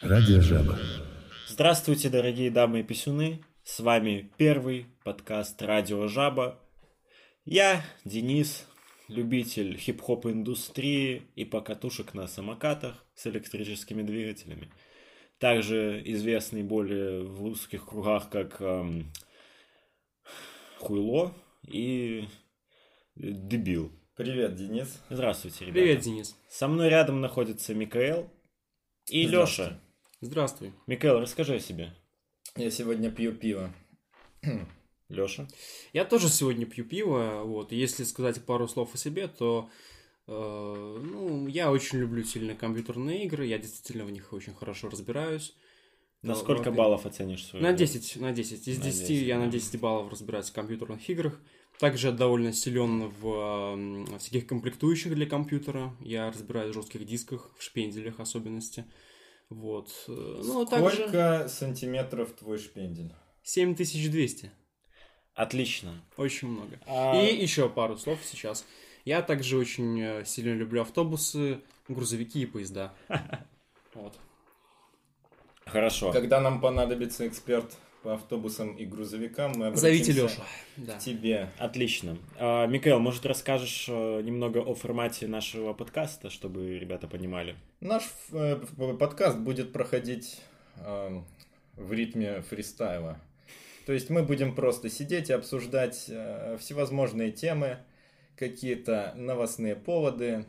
Радио Жаба. Здравствуйте, дорогие дамы и писюны. С вами первый подкаст Радио Жаба. Я, Денис, любитель хип-хоп индустрии и покатушек на самокатах с электрическими двигателями. Также известный более в русских кругах как эм, хуйло и дебил. Привет, Денис. Здравствуйте, ребята. Привет, Денис. Со мной рядом находится Микаэл и Здравствуйте. Лёша. Здравствуй. Микаэл, расскажи о себе. Я сегодня пью пиво. Лёша. Я тоже сегодня пью пиво. Вот. и Если сказать пару слов о себе, то э, ну, я очень люблю сильно компьютерные игры. Я действительно в них очень хорошо разбираюсь. На Ну, сколько вот и- баллов оценишь свою? На игру? 10, на 10. Из На 10 10, я да. на 10 баллов разбираюсь в компьютерных играх. Также я довольно силен в э, всяких комплектующих для компьютера. Я разбираюсь в жестких дисках, в шпенделях особенности. Вот. Э, Ну, а также Сколько сантиметров твой шпендель? 7200. Отлично. Очень много. А- И еще пару слов сейчас. Я также очень э, сильно люблю автобусы, грузовики и поезда. Вот. Хорошо. Когда нам понадобится эксперт по автобусам и грузовикам, мы обратимся Зовите Лешу. Да. к тебе. Отлично. А, Микаэл, может, расскажешь э, немного о формате нашего подкаста, чтобы ребята понимали? Наш э, п- подкаст будет проходить эм, в ритме фристайла. То есть мы будем просто сидеть и обсуждать э, всевозможные темы, какие-то новостные поводы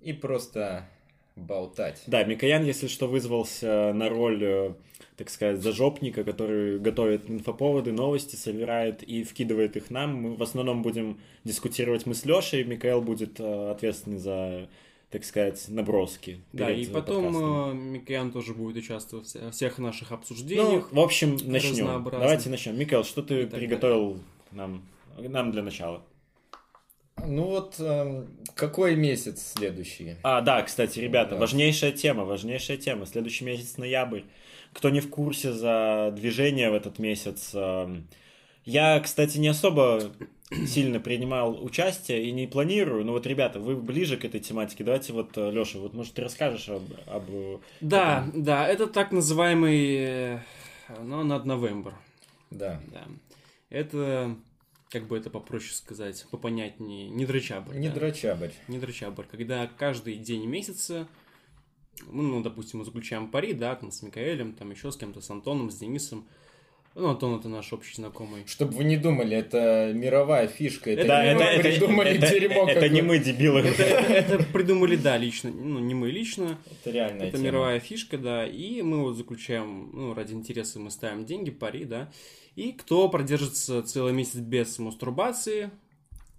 и просто болтать. Да, Микоян, если что, вызвался на роль, э, так сказать, зажопника, который готовит инфоповоды, новости, собирает и вкидывает их нам. Мы в основном будем дискутировать мы с Лешей, Микаэл будет э, ответственный за, так сказать, наброски. Да, перед, и э, потом подкастом. э, Микоян тоже будет участвовать во всех наших Ну, обсуждениях. в общем, начнем. разнообразных. Давайте начнем. Микаэл, что И ты так приготовил нам, нам для начала? Ну вот, эм, какой месяц следующий? А, да, кстати, ребята, Да. важнейшая тема, важнейшая тема. Следующий месяц ноябрь. Кто не в курсе за движение в этот месяц, эм, я, кстати, не особо сильно принимал участие и не планирую, но вот, ребята, вы ближе к этой тематике, давайте вот, Леша, вот, может, ты расскажешь об... об, э, Да, да, это так называемый, э, ну, над новембр. Да. Да. Это, как бы это попроще сказать, попонятнее, не дрочабр. Не Типа, да. дрочабрь. не дрочабр, когда каждый день месяца, ну, ну, допустим, мы заключаем пари, да, там, с Микаэлем, там, еще с кем-то, с Антоном, с Денисом. Ну, Антон это наш общий знакомый. Чтобы вы не думали, это мировая фишка. Это, Да, не мы придумали это- дерьмо. это не какое-то. мы, дебилы. Это, это придумали, да, лично, ну, не мы лично, Это реальная это тема. мировая фишка, да, и мы вот заключаем, ну, ради интереса мы ставим деньги, пари, да, и кто продержится целый месяц без мастурбации,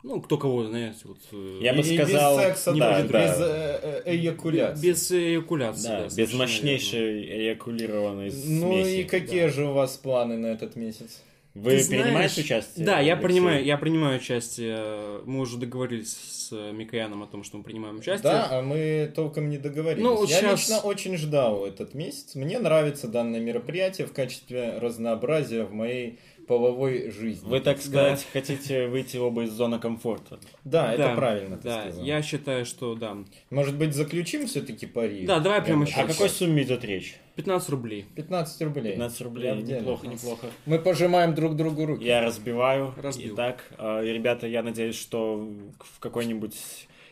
ну, кто кого, знаете, вот... э, Я И- бы и сказал, без секса, не да, может, без да. э, э, эякуляции. Без эякуляции, да. Да, без совершенно верно. мощнейшей эякулированной Ну смеси. и какие же у вас планы на этот месяц? Вы Ты знаешь- принимаете участие? Да, я Алексей? принимаю, я принимаю участие. Мы уже договорились с Микояном о том, что мы принимаем участие. Да, а мы толком не договорились. Ну, вот Я щас- лично очень ждал этот месяц. Мне нравится данное мероприятие в качестве разнообразия в моей половой жизни. Вы, так сказать, хотите выйти оба из зоны комфорта. Да, это Да, правильно ты Да, сказал. я считаю, что да. Может быть, заключим все-таки пари? Да, давай прямо О щас. А какой сумме идет речь? 15 рублей. 15 рублей. 15 рублей. Я в деле. неплохо, неплохо. Мы пожимаем друг другу руки. Я разбиваю. Разбил. Итак, э, и, ребята, я надеюсь, что в какой-нибудь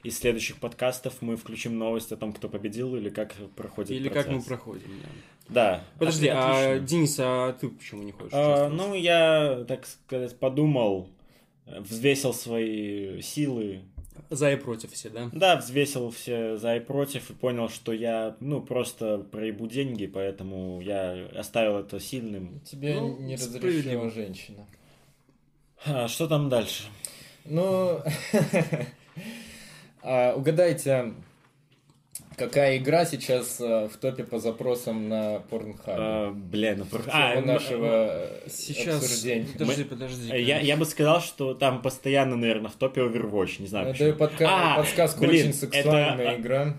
из следующих подкастов мы включим новость о том, кто победил или как проходит Или как мы процесс. проходим. да. Да. Подожди, а Отлично. Денис, а ты почему не хочешь? А, участвовать? ну, я, так сказать, подумал, э, взвесил свои силы, за и против все, да? Да, взвесил все за и против и понял, что я, ну, просто проебу деньги, поэтому я оставил это сильным. Тебе Ну, не разрешила справедливо. женщина. А, что там дальше? Ну, а, угадайте, какая игра сейчас а, в топе по запросам на Порнхабе? А, бля, ну, про- а, Тема м- нашего э, Сейчас. обсуждения. Подожди, подожди. я, я бы сказал, что там постоянно, наверное, в топе Overwatch, не знаю Я почему. даю подка- А, подсказку, блин, очень сексуальная это- а, игра.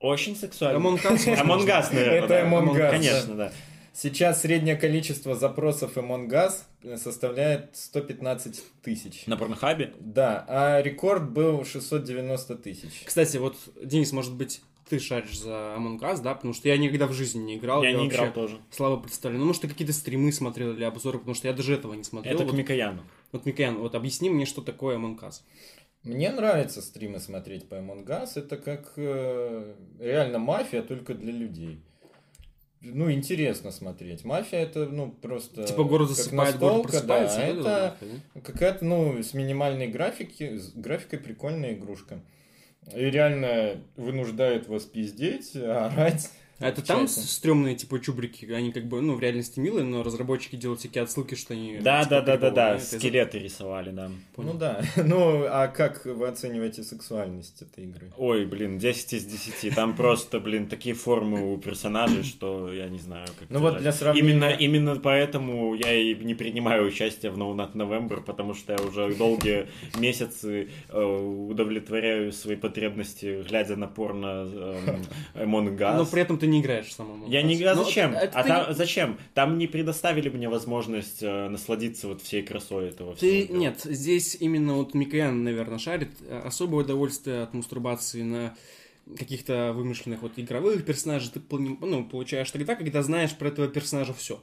Очень сексуально. Among Us, Among Us, наверное, Это да. Among Us, да. Конечно, да. Сейчас среднее количество запросов Among Us составляет 115 тысяч. На Порнхабе? Да, а рекорд был 690 тысяч. Кстати, вот, Денис, может быть, ты шаришь за Among Us, да? Потому что я никогда в жизни не играл. Я не вообще играл тоже. Слабо представлю. Ну, может, ты какие-то стримы смотрел или обзоры, потому что я даже этого не смотрел. Это к вот, Микояну. вот, Микоян, вот объясни мне, что такое Among Us. Мне нравится стримы смотреть по Among Us. Это как э, реально мафия, только для людей. Ну, интересно смотреть. Мафия это, ну, просто... Типа город как засыпает, город настолка, просыпается. Да, вот это вот нахуй, да? какая-то, ну, с минимальной графики, с графикой прикольная игрушка. И реально вынуждает вас пиздеть, орать. А это в там чате. стрёмные, типа, чубрики, они как бы, ну, в реальности милые, но разработчики делают всякие отсылки, что они... Да, типа, да, да, да, переборные. да. Это из- Скелеты рисовали, да. Понял. Ну да. Ну, а как вы оцениваете сексуальность этой игры? Ну, Ой, блин, 10 из 10. Там просто, блин, такие формы у персонажей, что я не знаю, как Ну вот сказать. для сравнения... Именно, именно поэтому я и не принимаю участие в No Nut November, потому что я уже долгие месяцы э, удовлетворяю свои потребности, глядя на порно эм, Among Us. Но Ну, при этом ты не играешь в самом Я не а Ну, зачем? это а ты там, зачем? Там не предоставили мне возможность э, насладиться вот всей красой этого Ты, всего. нет, здесь именно вот Микоян, наверное, шарит. Э, Особое удовольствие от мастурбации на каких-то вымышленных вот игровых персонажей ты пол- ну, получаешь тогда, когда знаешь про этого персонажа все.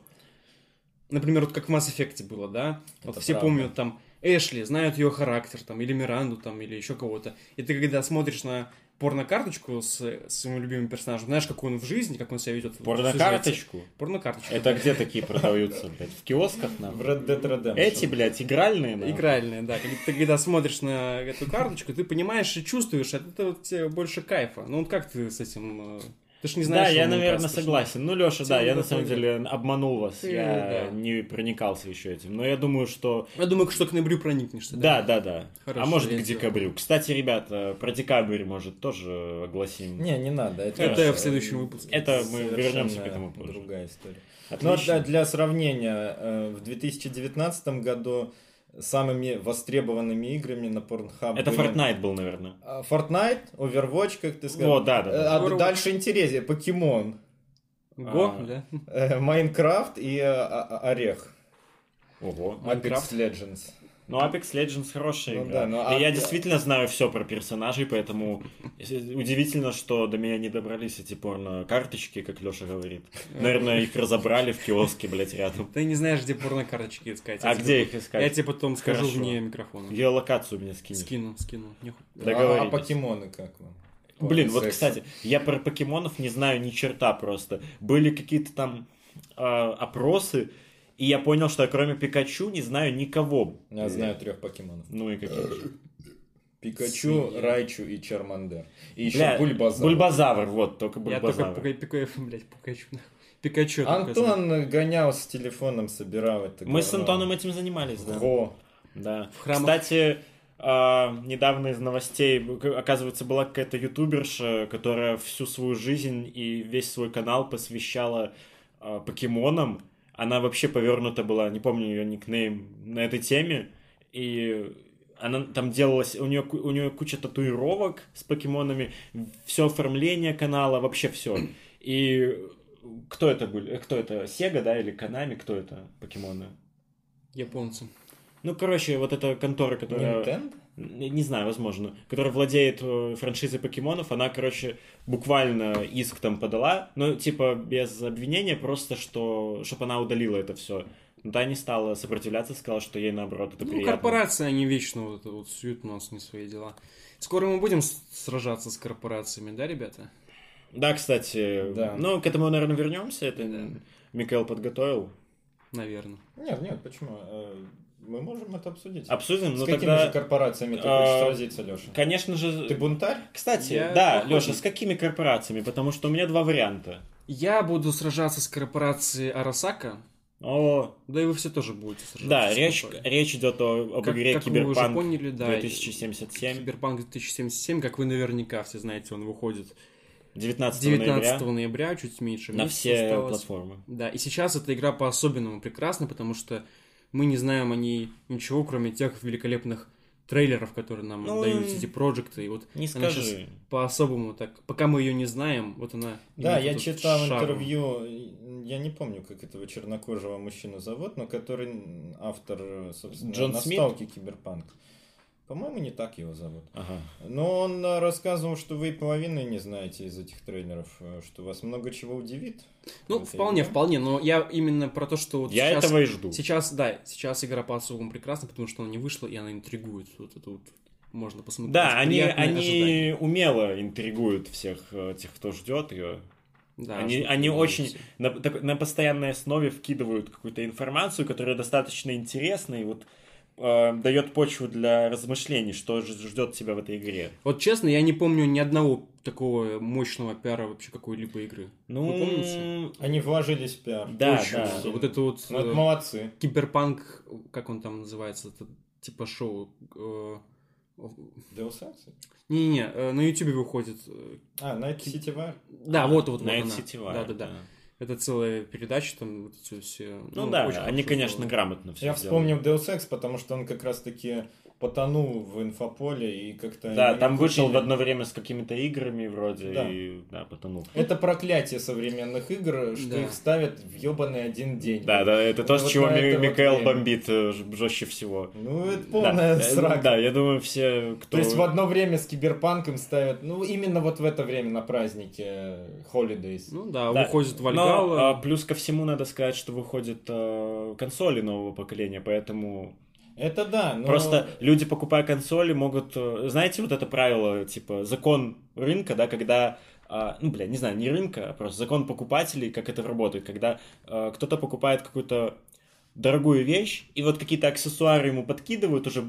Например, вот как в Mass Effect было, да? Вот Это все правда. помнят там Эшли, знают ее характер, там, или Миранду, там, или еще кого-то. И ты когда смотришь на порнокарточку с своим любимым персонажем, знаешь, как он в жизни, как он себя ведет. Порнокарточку? Порнокарточку. Это где такие продаются, блядь? В киосках нам? В Red Dead Redemption. Эти, блядь, игральные, нахуй? Игральные, да. Когда ты когда смотришь на эту карточку, ты понимаешь и чувствуешь, от этого тебе больше кайфа. Ну вот как ты с этим... э, Ты же не знаешь... да, что я, он наверное, указывает, согласен. Ну, Леша, да, Тем я на такой самом же. деле обманул вас. Ты, я да. не проникался еще этим. Но я думаю, что... что- Я думаю, что к ноябрю проникнешься. Да, да, да. Хорошо, а может, я к сделаю. декабрю. Кстати, ребята, про декабрь, может, тоже огласим. Не, не надо. Это, Это э, в следующем выпуске. Это мы вернемся к совершенно этому позже. Другая история. ну, Но Отлично. для, для сравнения, э, в 2019 году самыми востребованными играми на Pornhub Это были, Fortnite был, наверное. э, Fortnite, Overwatch, как ты сказал. О, да, да, Э, да. А Overwatch. дальше интереснее. Покемон, Го, А. да. э, Майнкрафт и э, а- а- Орех. а Ого. Apex Legends. Ну, Apex Legends хорошая Ну игра. да, ну, И а- я действительно знаю все про персонажей, поэтому удивительно, что до меня не добрались эти порно-карточки, как Леша говорит. Наверное, их разобрали в киоске, блядь, рядом. Ты не знаешь, где порнокарточки искать. А ну, Я тебе- где их искать? Я тебе потом скажу Хорошо. вне микрофона. Геолокацию мне скинешь. Скину, скину. Ниху- А, а Договорились. покемоны как вам? Блин, вот, Секс. кстати, я про покемонов не знаю ни черта просто. Были какие-то там а, опросы, и я понял, что я кроме Пикачу не знаю никого. Я знаю трех покемонов. Ну и какие же. Пикачу, Свинья. Райчу и Чармандер. И еще Бля, Бульбазар. Бульбазавр, вот, только Я только Бульбазавр. пика- пика- блядь, Пикачу. нахуй. Пикачу. только знаю. Антон гонял с телефоном, собирал это Мы с говно. Антоном этим занимались, да. Го. Да. храмах. Кстати, а, недавно из новостей, к- оказывается, была какая-то ютуберша, которая всю свою жизнь и весь свой канал посвящала а, покемонам. Она вообще повернута была, не помню ее никнейм, на этой теме. И она там делалась, у нее, у нее куча татуировок с покемонами, все оформление канала, вообще все. И кто это были? Кто это? Сега, да, или Канами? Кто это? Покемоны? Японцы. Ну, короче, вот эта контора, которая... Nintendo? Н- Не знаю, возможно. Которая владеет э, франшизой покемонов, она, короче, буквально иск там подала. Ну, типа, без обвинения, просто что... чтобы она удалила это все. Но та не стала сопротивляться, сказала, что ей, наоборот, это ну, приятно. корпорации, они вечно вот, это вот суют нос не свои дела. Скоро мы будем с- сражаться с корпорациями, да, ребята? Да, кстати. Да. Ну, к этому, наверное, вернемся. Это Да. Микаэл подготовил. Наверное. Нет, нет, почему? Э, Мы можем это обсудить. Обсудим, с но какими же А, ну тогда... корпорациями ты а, хочешь сразиться, Леша? Конечно же... Ты бунтарь? Кстати, Я да, походник. Леша, с какими корпорациями? Потому что у меня два варианта. Я буду сражаться с корпорацией Арасака, О, да и вы все тоже будете сражаться. Да, с речь, корпорацией. речь идет о, об Как- игре как вы уже Киберпанк поняли, да, 2077, Киберпанк 2077, как вы наверняка все знаете, он выходит 19, 19 ноября ноября, чуть меньше. на месяца все осталось. платформы. Да, и сейчас эта игра по-особенному прекрасна, потому что мы не знаем о ней ничего, кроме тех великолепных трейлеров, которые нам Ну, дают CD Projekt. И вот Не она скажи. щас по-особому так, пока мы ее не знаем, вот она... Да, имеет я вот этот читал шарм. интервью, э, я не помню, как этого чернокожего мужчину зовут, но который автор, э, собственно, Джон Смит? настолки Киберпанк. По-моему, не так его зовут. Ага. Но он э, рассказывал, что вы и половины не знаете из этих трейлеров, э, что вас много чего удивит. Ну, Это вполне, игра. вполне, но я именно про то, что вот Я сейчас... этого и жду. Сейчас, да, сейчас игра по особому прекрасна, потому что она не вышла, и она интригует. Вот это вот можно посмотреть. Да, они, Приятное ожидание. они умело интригуют всех э, тех, кто ждет ее. Да, они- что-то они такое очень- есть. На, так- на постоянной основе вкидывают какую-то информацию, которая достаточно интересна и вот э, дает почву для размышлений, что ж- ждет тебя в этой игре. Вот честно, я не помню ни одного такого мощного пиара вообще какой-либо игры. Ну, Вы помните? Они вложились в пиар. Да, Очень да. много. Вот это вот Ну, это э, молодцы. киберпанк, как он там называется, это типа шоу. э, Deus Ex? Не-не, э, на Ютубе выходит. э, А, Night City Wire? Да, вот вот. А, на вот она. City Wire, Да-да-да. Это целая передача, там вот эти все... Ну, да, очень они, хорошо конечно, сделаны. грамотно все Я вспомнил Deus Ex, потому что он как раз-таки потонул в инфополе э, и как-то... Да, не там вышел окупили. в одно время с какими-то играми вроде, Да. и да, ну, потонул. Это проклятие современных игр, что Да. их ставят в ебаный один день. Да, да, это то, Ну, с вот чего на Ми- это вот Микаэл время. бомбит э, ж- жестче всего. Ну, это Да. полная Э, срака. Да, я думаю, все, кто... То есть в одно время с киберпанком ставят, ну, именно вот в это время на празднике э, Holidays. Ну да, Да. выходит Но, Вальгалла. а, плюс ко всему надо сказать, что выходят э, консоли нового поколения, поэтому Это да, но... просто люди, покупая консоли, могут... э, Знаете, вот это правило, типа, закон рынка, да, когда... а, ну, бля, не знаю, не рынка, а просто закон покупателей, как это работает, когда э, кто-то покупает какую-то дорогую вещь, и вот какие-то аксессуары ему подкидывают уже,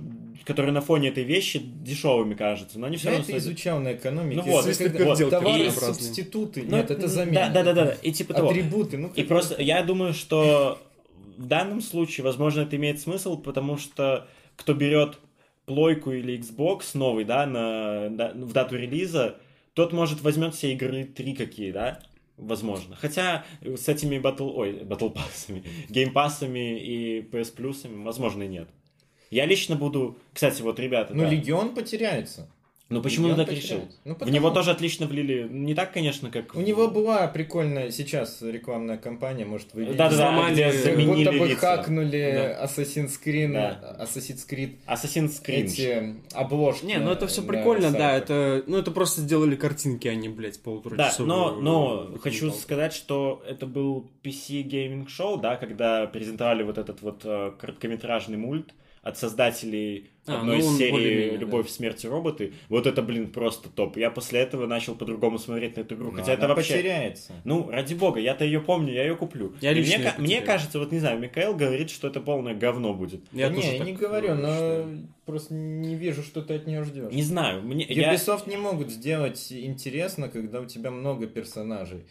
которые на фоне этой вещи дешевыми кажутся, но они все Я равно... это стоят- изучал на экономике. Ну вот, Если вот, когда вот. товары И- субституты, Ну, нет, это м, замена. Да, да, да, да, и типа того. Атрибуты, ну И как- просто я думаю, что в данном случае, возможно, это имеет смысл, потому что кто берет плойку или Xbox новый, да, на, да, в дату релиза, тот, может, возьмет все игры три какие, да, возможно. Хотя э, с этими батл, ой, батлпассами, геймпассами и PS плюсами, возможно, и нет. Я лично буду, кстати, вот, ребята, Ну, да. Легион потеряется. ну почему я Легион так потеряется. решил? Ну, В него потому- тоже отлично влили, не так, конечно, как... У него была прикольная сейчас рекламная кампания, может, вы видели. Да-да-да, Взломали, где как Как будто заменили бы лица. хакнули Да. Assassin's Creed, Да. Assassin's Creed Assassin's Creed. эти обложки. Не, ну это все на прикольно, да, сайтах. это, ну это просто сделали картинки, а не, блядь, полутора Да, но, но хочу сказать, что это был PC Gaming Show, да, когда презентовали вот этот вот э, короткометражный мульт от создателей А, одной ну из он серии более-менее, «Любовь, смерть и роботы». Вот это, блин, просто топ. Я после этого начал по-другому смотреть на эту игру, Ну, хотя это она вообще... потеряется. Ну, ради бога, я-то ее помню, я ее куплю. Я И лично мне, её ка- мне потеряю. кажется, вот не знаю, Микаэл говорит, что это полное говно будет. Я не, тоже я так, не говорю, э, но считаю. просто не вижу, что ты от нее ждешь. Не знаю, мне... я- Ubisoft не могут сделать интересно, когда у тебя много персонажей.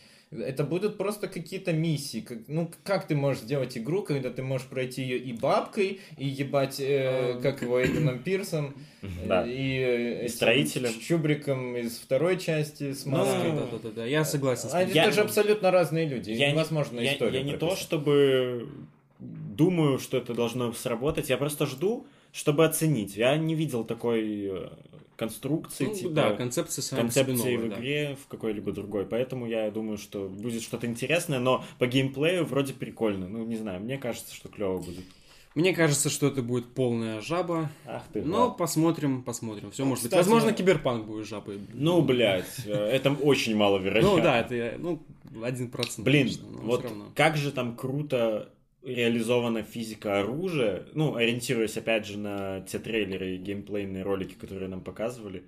Это будут просто какие-то миссии. Как, ну, как ты можешь сделать игру, когда ты можешь пройти ее и бабкой, и ебать, э, как его, Эйденом Пирсом, э, Эм. Да. и, э, этим строителем. Чубриком из второй части с Ну, маской. да, да, да, да, я согласен. с А тобой. Я- это же абсолютно разные люди. Я не- Невозможно я, историю я не то, прописать. чтобы думаю, что это должно сработать, я просто жду, чтобы оценить. Я не видел такой э, конструкции, Ну, типа да, концепция сама по себе концепции новая, в да. игре в какой-либо другой. Поэтому я думаю, что будет что-то интересное, но по геймплею вроде прикольно. Ну, не знаю, мне кажется, что клево будет. Мне кажется, что это будет полная жаба, Ах ты. но гад. посмотрим, посмотрим, все Ну, может быть. кстати, Возможно, я- киберпанк будет жабой. Ну, блядь, э, это очень маловероятно. Ну да, это, я- ну, 1%. Блин, конечно, но вот всё равно. как же там круто реализована физика оружия, ну, ориентируясь опять же на те трейлеры и геймплейные ролики, которые нам показывали,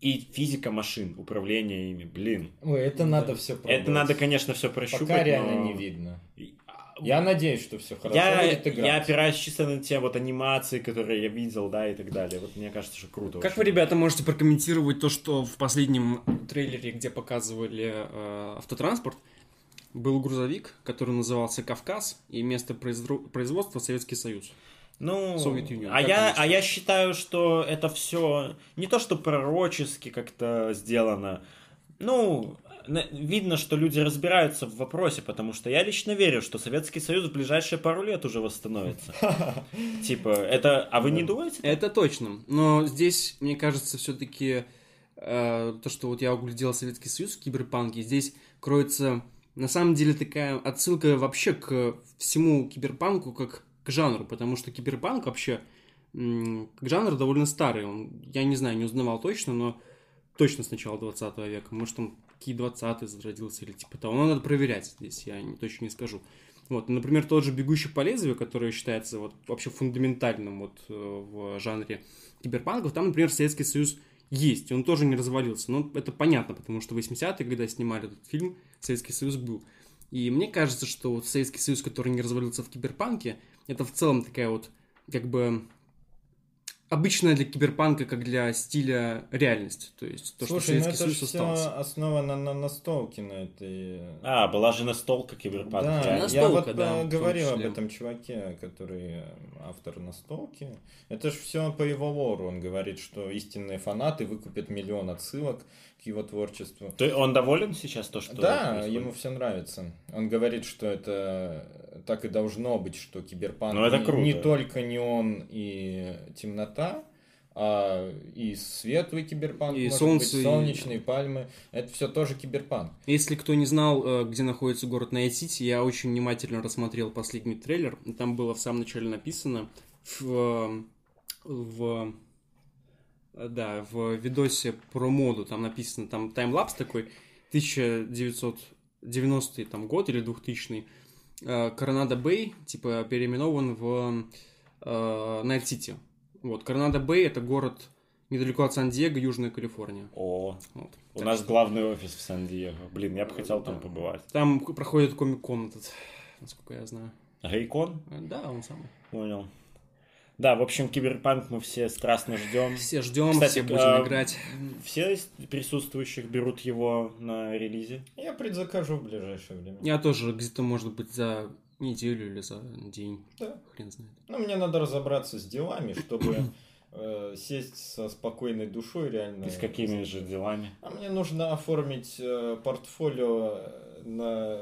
и физика машин, управление ими, блин. Ой, это Да. надо все пробовать. Это надо, конечно, все прощупать, Пока реально но- не видно. И- а, Я надеюсь, что все хорошо я, будет играть. я опираюсь чисто на те вот анимации, которые я видел, да, и так далее. Вот мне кажется, что круто. Как очень. вы, ребята, можете прокомментировать то, что в последнем трейлере, где показывали э, автотранспорт, был грузовик, который назывался «Кавказ» и место произро- производства Советский Союз. Ну, Soviet Union, а как я, они а я считаю, что это все не то, что пророчески как-то сделано. Ну, на- видно, что люди разбираются в вопросе, потому что я лично верю, что Советский Союз в ближайшие пару лет уже восстановится. Типа, это... А вы не Да. думаете? Это точно. Но здесь, мне кажется, все-таки то, что вот я углядел Советский Союз в киберпанке, здесь кроется на самом деле такая отсылка вообще к всему киберпанку как к жанру, потому что киберпанк вообще М, Жанр довольно старый, он, я не знаю, не узнавал точно, но точно с начала 20 века. Может, он какие 20 зародился или типа того. Но надо проверять здесь, я не- точно не скажу. Вот, например, тот же «Бегущий по лезвию», который считается вот вообще фундаментальным вот э, в жанре киберпанков, там, например, Советский Союз есть, и он тоже не развалился. Но это понятно, потому что в 80-е, когда снимали этот фильм, Советский Союз был. И мне кажется, что вот Советский Союз, который не развалился в киберпанке, это в целом такая вот, как бы, обычная для киберпанка, как для стиля реальность. То есть то, что Слушай, ну Советский это Союз все остался. основано на настолке на этой... э, А, была же настолка киберпанк. Да, реально. я настолка, вот да, э, в том говорил об числе. этом чуваке, который э, автор настолки. Это же все по его лору. Он говорит, что истинные фанаты выкупят миллион отсылок к его творчеству. Ты, он доволен сейчас то, что да, происходит? ему все нравится. Он говорит, что это э, так и должно быть, что киберпанк Ну, это не- круто. не только неон и темнота, а и светлый киберпанк, И может солнце, и- быть, солнечные пальмы. Это все тоже киберпанк. Если кто не знал, э, где находится город Найт-Сити, я очень внимательно рассмотрел последний трейлер. И Там было в самом начале написано в, э, в э, да, в видосе про моду, там написано, там таймлапс такой, 1990 там, год или 2000 Коронадо Бэй, типа, переименован в э, Найт-Сити. Вот, Коронадо Бэй — это город недалеко от Сан-Диего, Южная Калифорния. О, Вот. у Так нас что- главный офис в Сан-Диего. Блин, я бы хотел там Да. побывать. Там к- проходит комик-кон этот, насколько я знаю. Рейкон? Э, Да, он самый. Понял. Да, в общем, киберпанк мы все страстно ждем. Все ждем, Кстати, все будем а, играть. Все из присутствующих берут его на релизе. Я предзакажу в ближайшее время. Я тоже где-то, может быть, за неделю или за день. Да. Хрен знает. Ну, мне надо разобраться с делами, чтобы э, сесть со спокойной душой реально. И с какими же делами? А мне нужно оформить э, портфолио э, на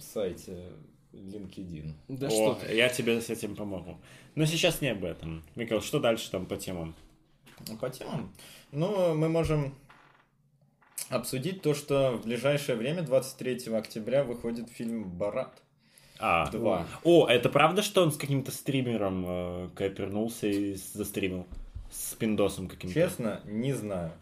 сайте LinkedIn. Да О, что ты. я тебе с этим помогу. Но сейчас не об этом. Микал, что дальше там по темам? Ну, По темам. Ну, мы можем обсудить то, что в ближайшее время, 23 октября, выходит фильм «Барат». А, Два. О, это правда, что он с каким-то стримером э, коопернулся и с- застримил? С пиндосом каким-то? Честно, не знаю.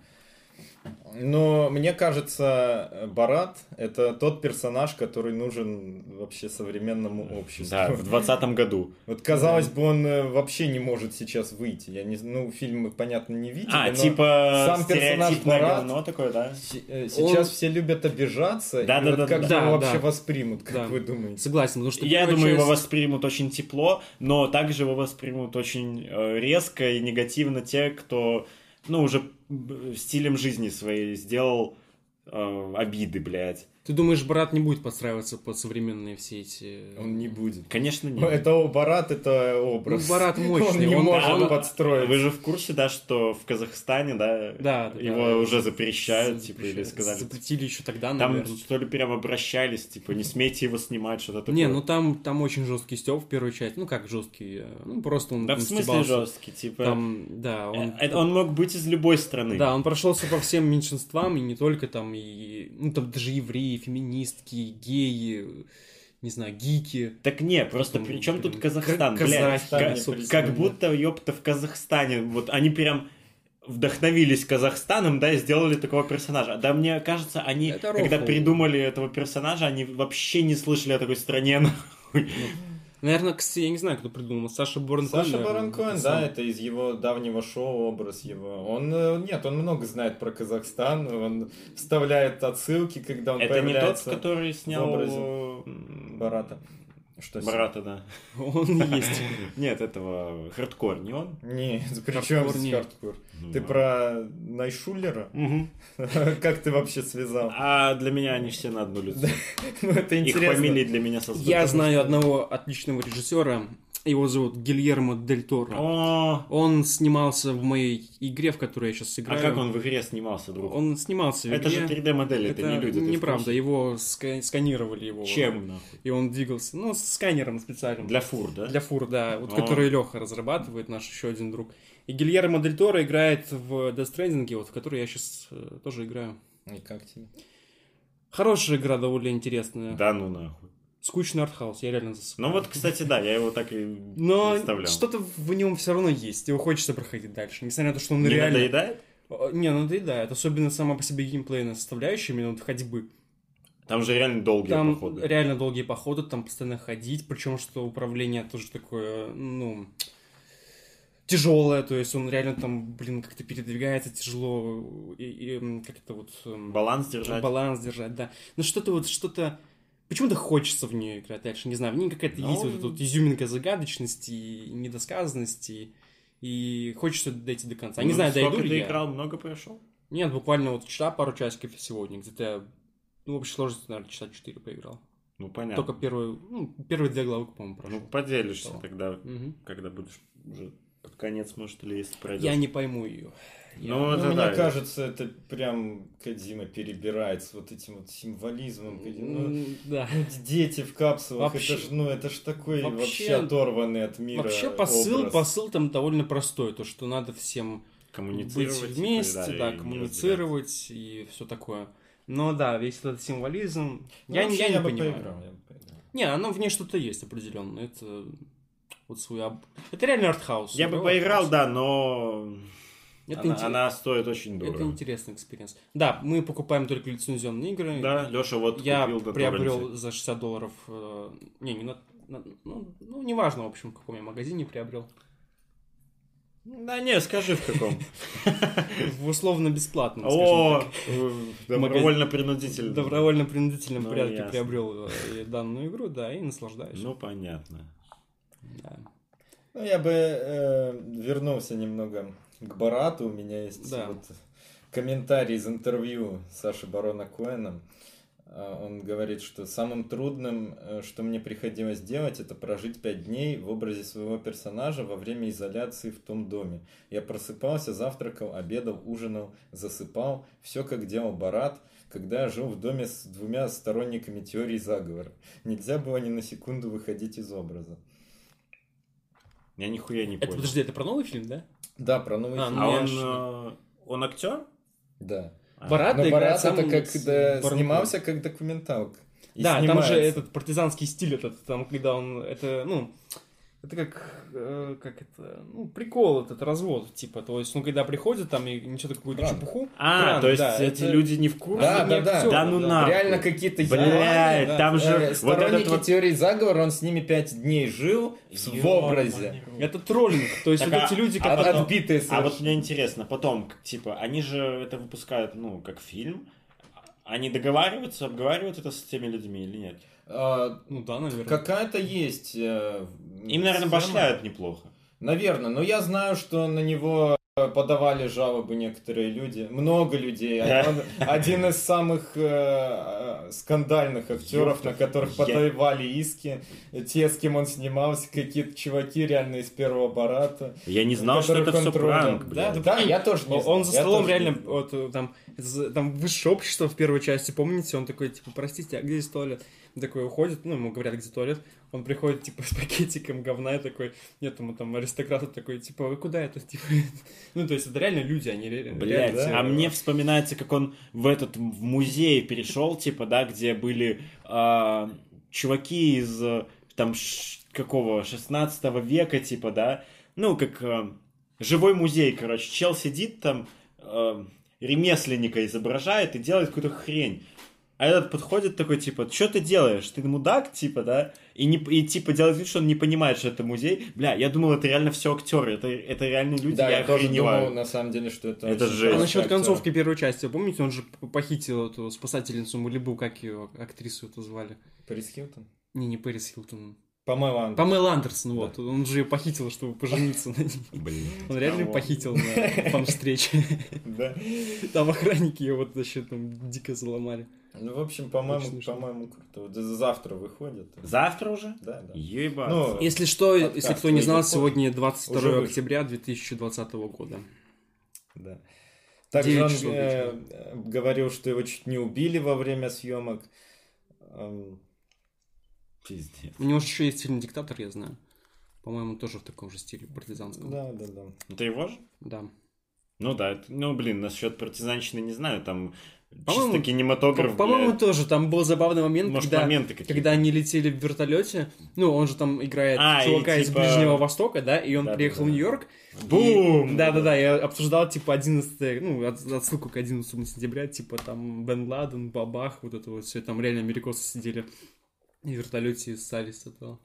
Но мне кажется, э, Барат — это тот персонаж, который нужен вообще современному обществу. Да, в двадцатом году. Вот казалось бы, он э, вообще не может сейчас выйти. Я не, з- ну фильм мы понятно не видели. А, но типа ну, сам персонаж стереотипное Марат- говно такое, да? се- э, сейчас он- все любят обижаться. и Да-да-да-да. вот как Да, его вообще да. воспримут, как Да. вы думаете? Согласен, потому что... Я первая думаю, его часть- воспримут очень тепло, но также его воспримут очень э, резко и негативно те, кто, ну, уже б- стилем жизни своей сделал э, обиды, блядь. Ты думаешь, брат не будет подстраиваться под современные все эти... э, Он не будет. Конечно, нет. Это о, Барат, это образ. Ну, Барат Он мощный, не он- может он- подстроиться. Вы же в курсе, да, что в Казахстане, да, Да, да, его да. уже запрещают, Запрещают. типа, или сказали. Запретили еще тогда, Там, наверное. что ли, прям обращались, типа, не смейте его снимать, что-то такое. Не, ну там, там очень жесткий Степ в первую часть. Ну как жесткий? э, Ну просто он Да в там смысле стебался. жесткий, типа... Там, да, он... э, это Он мог быть из любой страны. Да, он прошелся по всем меньшинствам, и не только там, и, ну, там даже евреи, феминистки, геи, не знаю, гики. Так не, просто Там, при чем тут блин, Казахстан, как блядь? казахи, Как- собственно, Как да. будто, ёпта, в Казахстане. Вот они прям вдохновились Казахстаном, да, и сделали такого персонажа. Да мне кажется, они, Это когда рофл. придумали этого персонажа, они вообще не слышали о такой стране. Наверное, кстати, я не знаю, кто придумал. Саша Борн Саша Барон Коэн, да, это из его давнего шоу образ его. Он, э, нет, он много знает про Казахстан, он вставляет отсылки, когда он Это не тот, появляется. который снял... образе м, Барата. Что с ним? Барата, да. Он есть. Нет, этого хардкор, не он? Ну, Не, при чем Хардкор здесь нет. хардкор? Ты про Найшулера? Мгм. Как ты вообще связал? А для меня они все на одну лицо. Ну, это Их интересно. фамилии для меня созвучны. Я знаю одного отличного режиссера. Его зовут Гильермо Дель А Торо. О, Он снимался в моей игре, в которую я сейчас а играю. как он в игре снимался, друг? Он снимался в Это же игре. 3D-модели, это, не люди. ты в неправда. курсе? Его ска- сканировали его. Чем, нахуй? И он двигался. Ну, с сканером специальным. Для фур, да? Для фур, да, вот О. который Леха разрабатывает, наш еще один друг. И Гильермо Дель Торо играет в Death Stranding, вот в который я сейчас тоже играю. И как тебе? Хорошая игра, довольно интересная. Да ну нахуй. Скучный артхаус, я реально засыпаю. Ну вот, кстати, да, я его так и Но представлял. что-то в нем все равно есть, его хочется проходить дальше, несмотря на то, что он Не реально... надоедает? Э, Не, надоедает, особенно сама по себе геймплейная составляющая, именно вот ходьбы. Там же реально долгие там походы. реально долгие походы, там постоянно ходить, причем что управление тоже такое, ну, тяжелое, то есть он реально там, блин, как-то передвигается тяжело, и, и, м, как-то вот... эм, Баланс держать. баланс держать, да. Но что-то вот, что-то... Почему-то хочется в нее играть дальше, не знаю, в ней какая-то Ну, есть вот эта вот изюминка загадочности и недосказанности, и хочется дойти до конца. Не Ну, знаю, дойду сколько ли ты я. играл, много прошел? Нет, буквально вот вчера пару часиков и сегодня, где-то, ну, в общей сложности, наверное, часа 4 поиграл. Ну, понятно. Только первую, ну, первые две главы, по-моему, Ну, прошел. поделишься Что? тогда, Мгм. когда будешь уже под конец, может, или если пройдешь. Я не пойму ее. Ну, Ну, это мне да. кажется, это прям Кадима перебирает с вот этим вот символизмом. Кодзима. Ну, Да. ну, д- дети в капсулах, Вообще- это ж, ну, это ж такой вообще- вообще, оторванный от мира Вообще посыл, образ. посыл там довольно простой, то, что надо всем Коммуницировать. быть типа, вместе, и да, не коммуницировать и все такое. Но да, весь этот символизм, Ну, я, не- вообще, я не бы понимаю. поиграл, я бы поиграл. Не, оно в ней что-то есть определенно. Это вот свой об- Это реально артхаус. разделяться. Я бы игровой поиграл, артхаус. да, но Это, она, интерес- она стоит очень это дорого. интересный экспириенс. Да, мы покупаем только лицензионные игры. Да, Леша вот Я купил до приобрел за 60 долларов. э, не, не на, на- ну, ну, неважно, в общем, в каком я магазине приобрел. Да не, скажи в каком. В условно бесплатном. О, э, добровольно-принудительно. добровольно-принудительном Ну, порядке ясно. приобрел э, и данную игру, да, и наслаждаюсь. Ну, понятно. да. Ну, я бы э, вернулся немного к Барату. У меня есть Да. вот комментарий из интервью Саши Барона Коэна. А, Он говорит, что самым трудным, э, что мне приходилось делать, это прожить пять дней в образе своего персонажа во время изоляции в том доме. Я просыпался, завтракал, обедал, ужинал, засыпал. Все, как делал Барат, когда я жил в доме с двумя сторонниками теории заговора. Нельзя было ни на секунду выходить из образа. Я нихуя не Это, понял. подожди, это про новый фильм, да? Да, про новый А, фильм. А он, Конечно. э, он актер? Да. А. Барат Но играет Ну, Барат сам это как с- да, Барон снимался как документалка. И да, там же снимается. этот партизанский стиль этот, там, когда он, это, ну, это как, э, как это, ну, прикол этот развод, типа, то есть, ну, когда приходит там и несет какую-то Пранк. чепуху. А, Пранк, то есть да, эти это- люди не в курсе? Да, не да, да. актер, Да ну нахуй. Реально какие-то Блядь, явления, да. там же Э, вот сторонники этот вот- теории заговора, он с ними пять дней жил в, в образе. Это троллинг, то есть Так, вот а- эти люди, а От- которые... потом- отбитые А вот совершенно. мне интересно, потом, к- типа, они же это выпускают, ну, как фильм. Они договариваются, обговаривают это с теми людьми или нет? А, Ну да, наверное. Какая-то есть. э, Им, наверное, схема. башляют неплохо. Наверное, но я знаю, что на него э, подавали жалобы некоторые люди, много людей. Один, один из самых э, э, скандальных актеров, на которых я- подавали иски, те, с кем он снимался, какие-то чуваки реально из первого барата. Я не знал, что это Который все контролем. пранк, Да, блядь. Да, я тоже не Он знал, он за я столом тоже не реально, знал. вот э, там, за- там высшее общество в первой части, помните, он такой, типа, простите, а где здесь туалет? Он Такой уходит, ну, ему говорят, где туалет, он приходит, типа, с пакетиком говна и такой, нет, ему там аристократ такой, типа, вы куда это, типа, ну, то есть это реально люди, они ре- реально... Блять, да. а мне вспоминается, как он в этот в музей перешел, типа, да, где были а, чуваки из э, там ш- какого 16 века, типа, да, ну, как э, живой музей, короче, чел сидит там, э, ремесленника изображает и делает какую-то хрень. А этот подходит такой, типа, что ты делаешь? Ты мудак, типа, да? И, не, и типа делает вид, что он не понимает, что это музей. Бля, я думал, это реально все актеры, это, это реальные люди, Да, я, я, тоже охреневаю. думал, на самом деле, что это... Это очень жесть. А Блядь, насчет хороший концовки первой части, помните, он же п- похитил эту спасательницу Мулибу, как ее актрису эту звали? актер. Пэрис Хилтон? Не, не Пэрис Хилтон. По-моему, Андер. Памел Андерсон, вот. Он же ее похитил, чтобы пожениться на ней. Блин. Он реально её Кого? похитил на фан-встрече. Да. Там охранники ее вот вообще там дико заломали. Ну, в общем, Очень по-моему, смешно. по-моему, круто. Вот Завтра выходит. Завтра уже? Да, да. Ебать. Ну, Если что, Подкаст если кто не знал, выйдет позже. сегодня 22 Уже вышел. октября 2020 года. Да. Также Девять он часов э, э, говорил, что его чуть не убили во время съемок. Эм, Пиздец. У него же еще есть фильм «Диктатор», я знаю. По-моему, тоже в таком же стиле партизанском. Да, да, да. Ну, Ты его же? Да. Ну да, это- ну блин, насчет партизанщины не знаю, там Чисто По-моему, кинематограф, По-моему, Ну, блядь. тоже там был забавный момент, Может, когда, моменты какие-то. когда они летели в вертолете. Ну, он же там играет А, и чувака из типа- Ближнего Востока, да, и он Да-да-да. приехал в Нью-Йорк. и- Бум! Да-да-да, я обсуждал, типа, 11 ну, от- отсылку к 11 сентября, типа, там, Бен Ладен, Бабах, вот это вот все, там реально америкосы сидели и в вертолете и ссались с этого.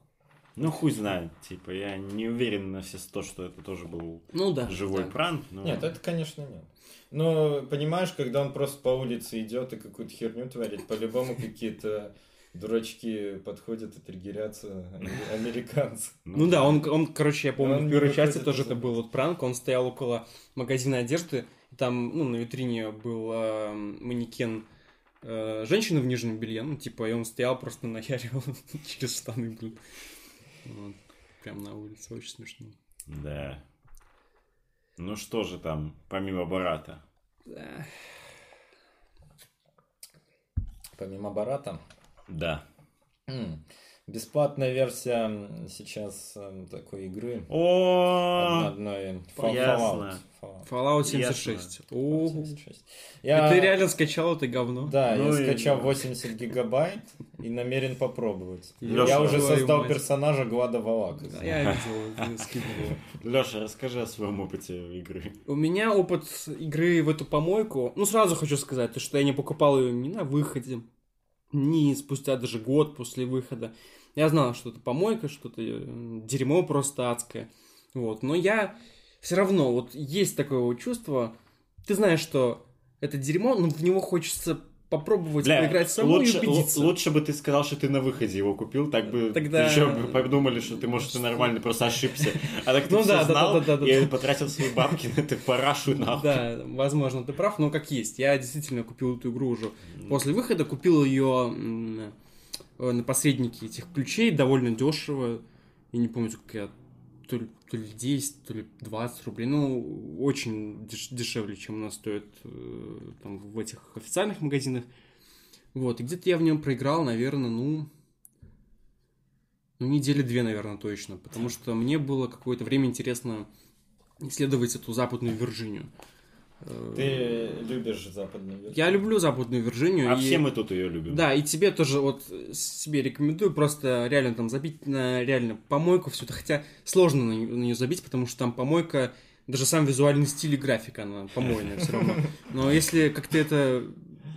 Ну, хуй знает, типа, я не уверен на все сто, что это тоже был Ну да. живой да. пранк. но- Нет, это, конечно, нет. Но, понимаешь, когда он просто по улице идет и какую-то херню творит, по-любому какие-то дурачки подходят и триггерятся а- американцы. Ну да, он, он, короче, я помню, Он в первой не части выходит тоже из это этого. был вот пранк, он стоял около магазина одежды, и там, ну, на витрине был э, манекен э, женщины в нижнем белье, ну, типа, и он стоял просто наяривал через штаны, блин. Вот. Прям на улице, очень смешно. Да. Ну что же там, помимо Барата? Да. Помимо Барата. Да. м, Бесплатная версия м, сейчас м, такой игры. Одна- О, Одной Fall- А, ясно. Fallout. Fallout Fallout Ясно. 76. О, 76. и ты реально скачал это говно? Да, Ну я и- скачал 80 гигабайт и намерен попробовать. Лёша, я уже твою создал мать. персонажа Глада Валака. Да, Я видел, скидывал. Леша, расскажи о своем опыте игры. У меня опыт игры в эту помойку. Ну, сразу хочу сказать, то, что я не покупал ее ни на выходе, ни спустя даже год после выхода. Я знал, что это помойка, что-то э, дерьмо просто адское. Вот. Но я все равно, вот есть такое вот чувство. Ты знаешь, что это дерьмо, но в него хочется попробовать Бля, поиграть самому лучше, и лу- убедиться. лучше бы ты сказал, что ты на выходе его купил, так бы Тогда- еще бы подумали, что ты, может, ты нормально просто ошибся. А так ты Ну всё да, да, знал да, да, да, и да. потратил свои бабки на эту парашу нахуй. Да, возможно, ты прав, но как есть. Я действительно купил эту игру уже Ну, После выхода купил ее м, э, на посреднике этих ключей довольно дешево. Я не помню, сколько я то ли, то ли 10, то ли 20 рублей. Ну, очень деш- дешевле, чем она стоит э, там, в этих официальных магазинах. Вот, и где-то я в нем проиграл, наверное, ну, ну, недели две, наверное, точно. Потому что мне было какое-то время интересно исследовать эту западную Вирджинию. Э, Ты любишь западный версию? Я люблю западную Вирджинию. А и- все мы тут ее любим. да, и тебе тоже вот э, себе рекомендую просто реально там забить на реально помойку все это, хотя сложно на, нее забить, потому что там помойка, даже сам визуальный стиль и графика, она помойная все равно. Но если как-то это,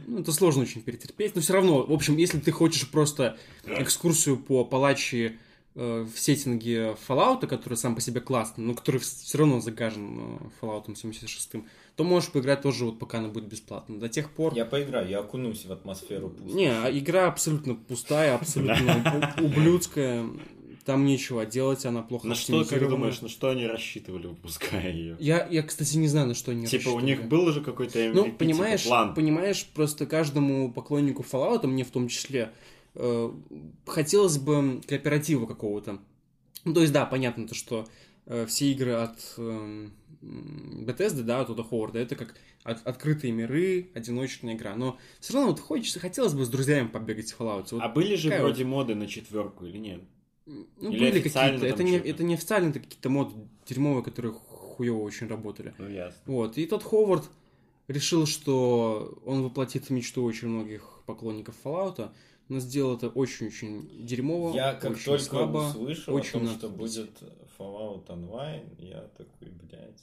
ну это сложно очень перетерпеть, но все равно, в общем, если ты хочешь просто экскурсию по палачи э, в сеттинге Fallout, который сам по себе классный, но который все равно загажен э, Fallout 76, то можешь поиграть тоже вот пока она будет бесплатно. До тех пор... Я поиграю, я окунусь в атмосферу пустоши. Не, а игра абсолютно пустая, абсолютно у- ублюдская. Там нечего делать, она плохо На что, как оптимизирована. думаешь, на что они рассчитывали, выпуская ее? Я, я, кстати, не знаю, на что они Типа у рассчитывали. них был же какой-то MVP, Ну, типа, понимаешь, план. понимаешь, просто каждому поклоннику Fallout, мне в том числе, э, хотелось бы кооператива какого-то. Ну, то есть, да, понятно, то, что э, все игры от эм, м, Bethesda, да, от Total Howard, это как от- открытые миры, одиночная игра. Но все равно вот хочется, хотелось бы с друзьями побегать в Fallout. Вот А были же такая вроде моды на четверку или нет? Ну, Или были официально какие-то. Это там не, что-то? это не официально, это какие-то моды дерьмовые, которые хуево очень работали. Ну, ясно. Вот. И тот Ховард решил, что он воплотит мечту очень многих поклонников Fallout, но сделал это очень-очень дерьмово. Я как очень только слабо. услышал очень о том, надо что быть. будет Fallout Online, я такой, блядь,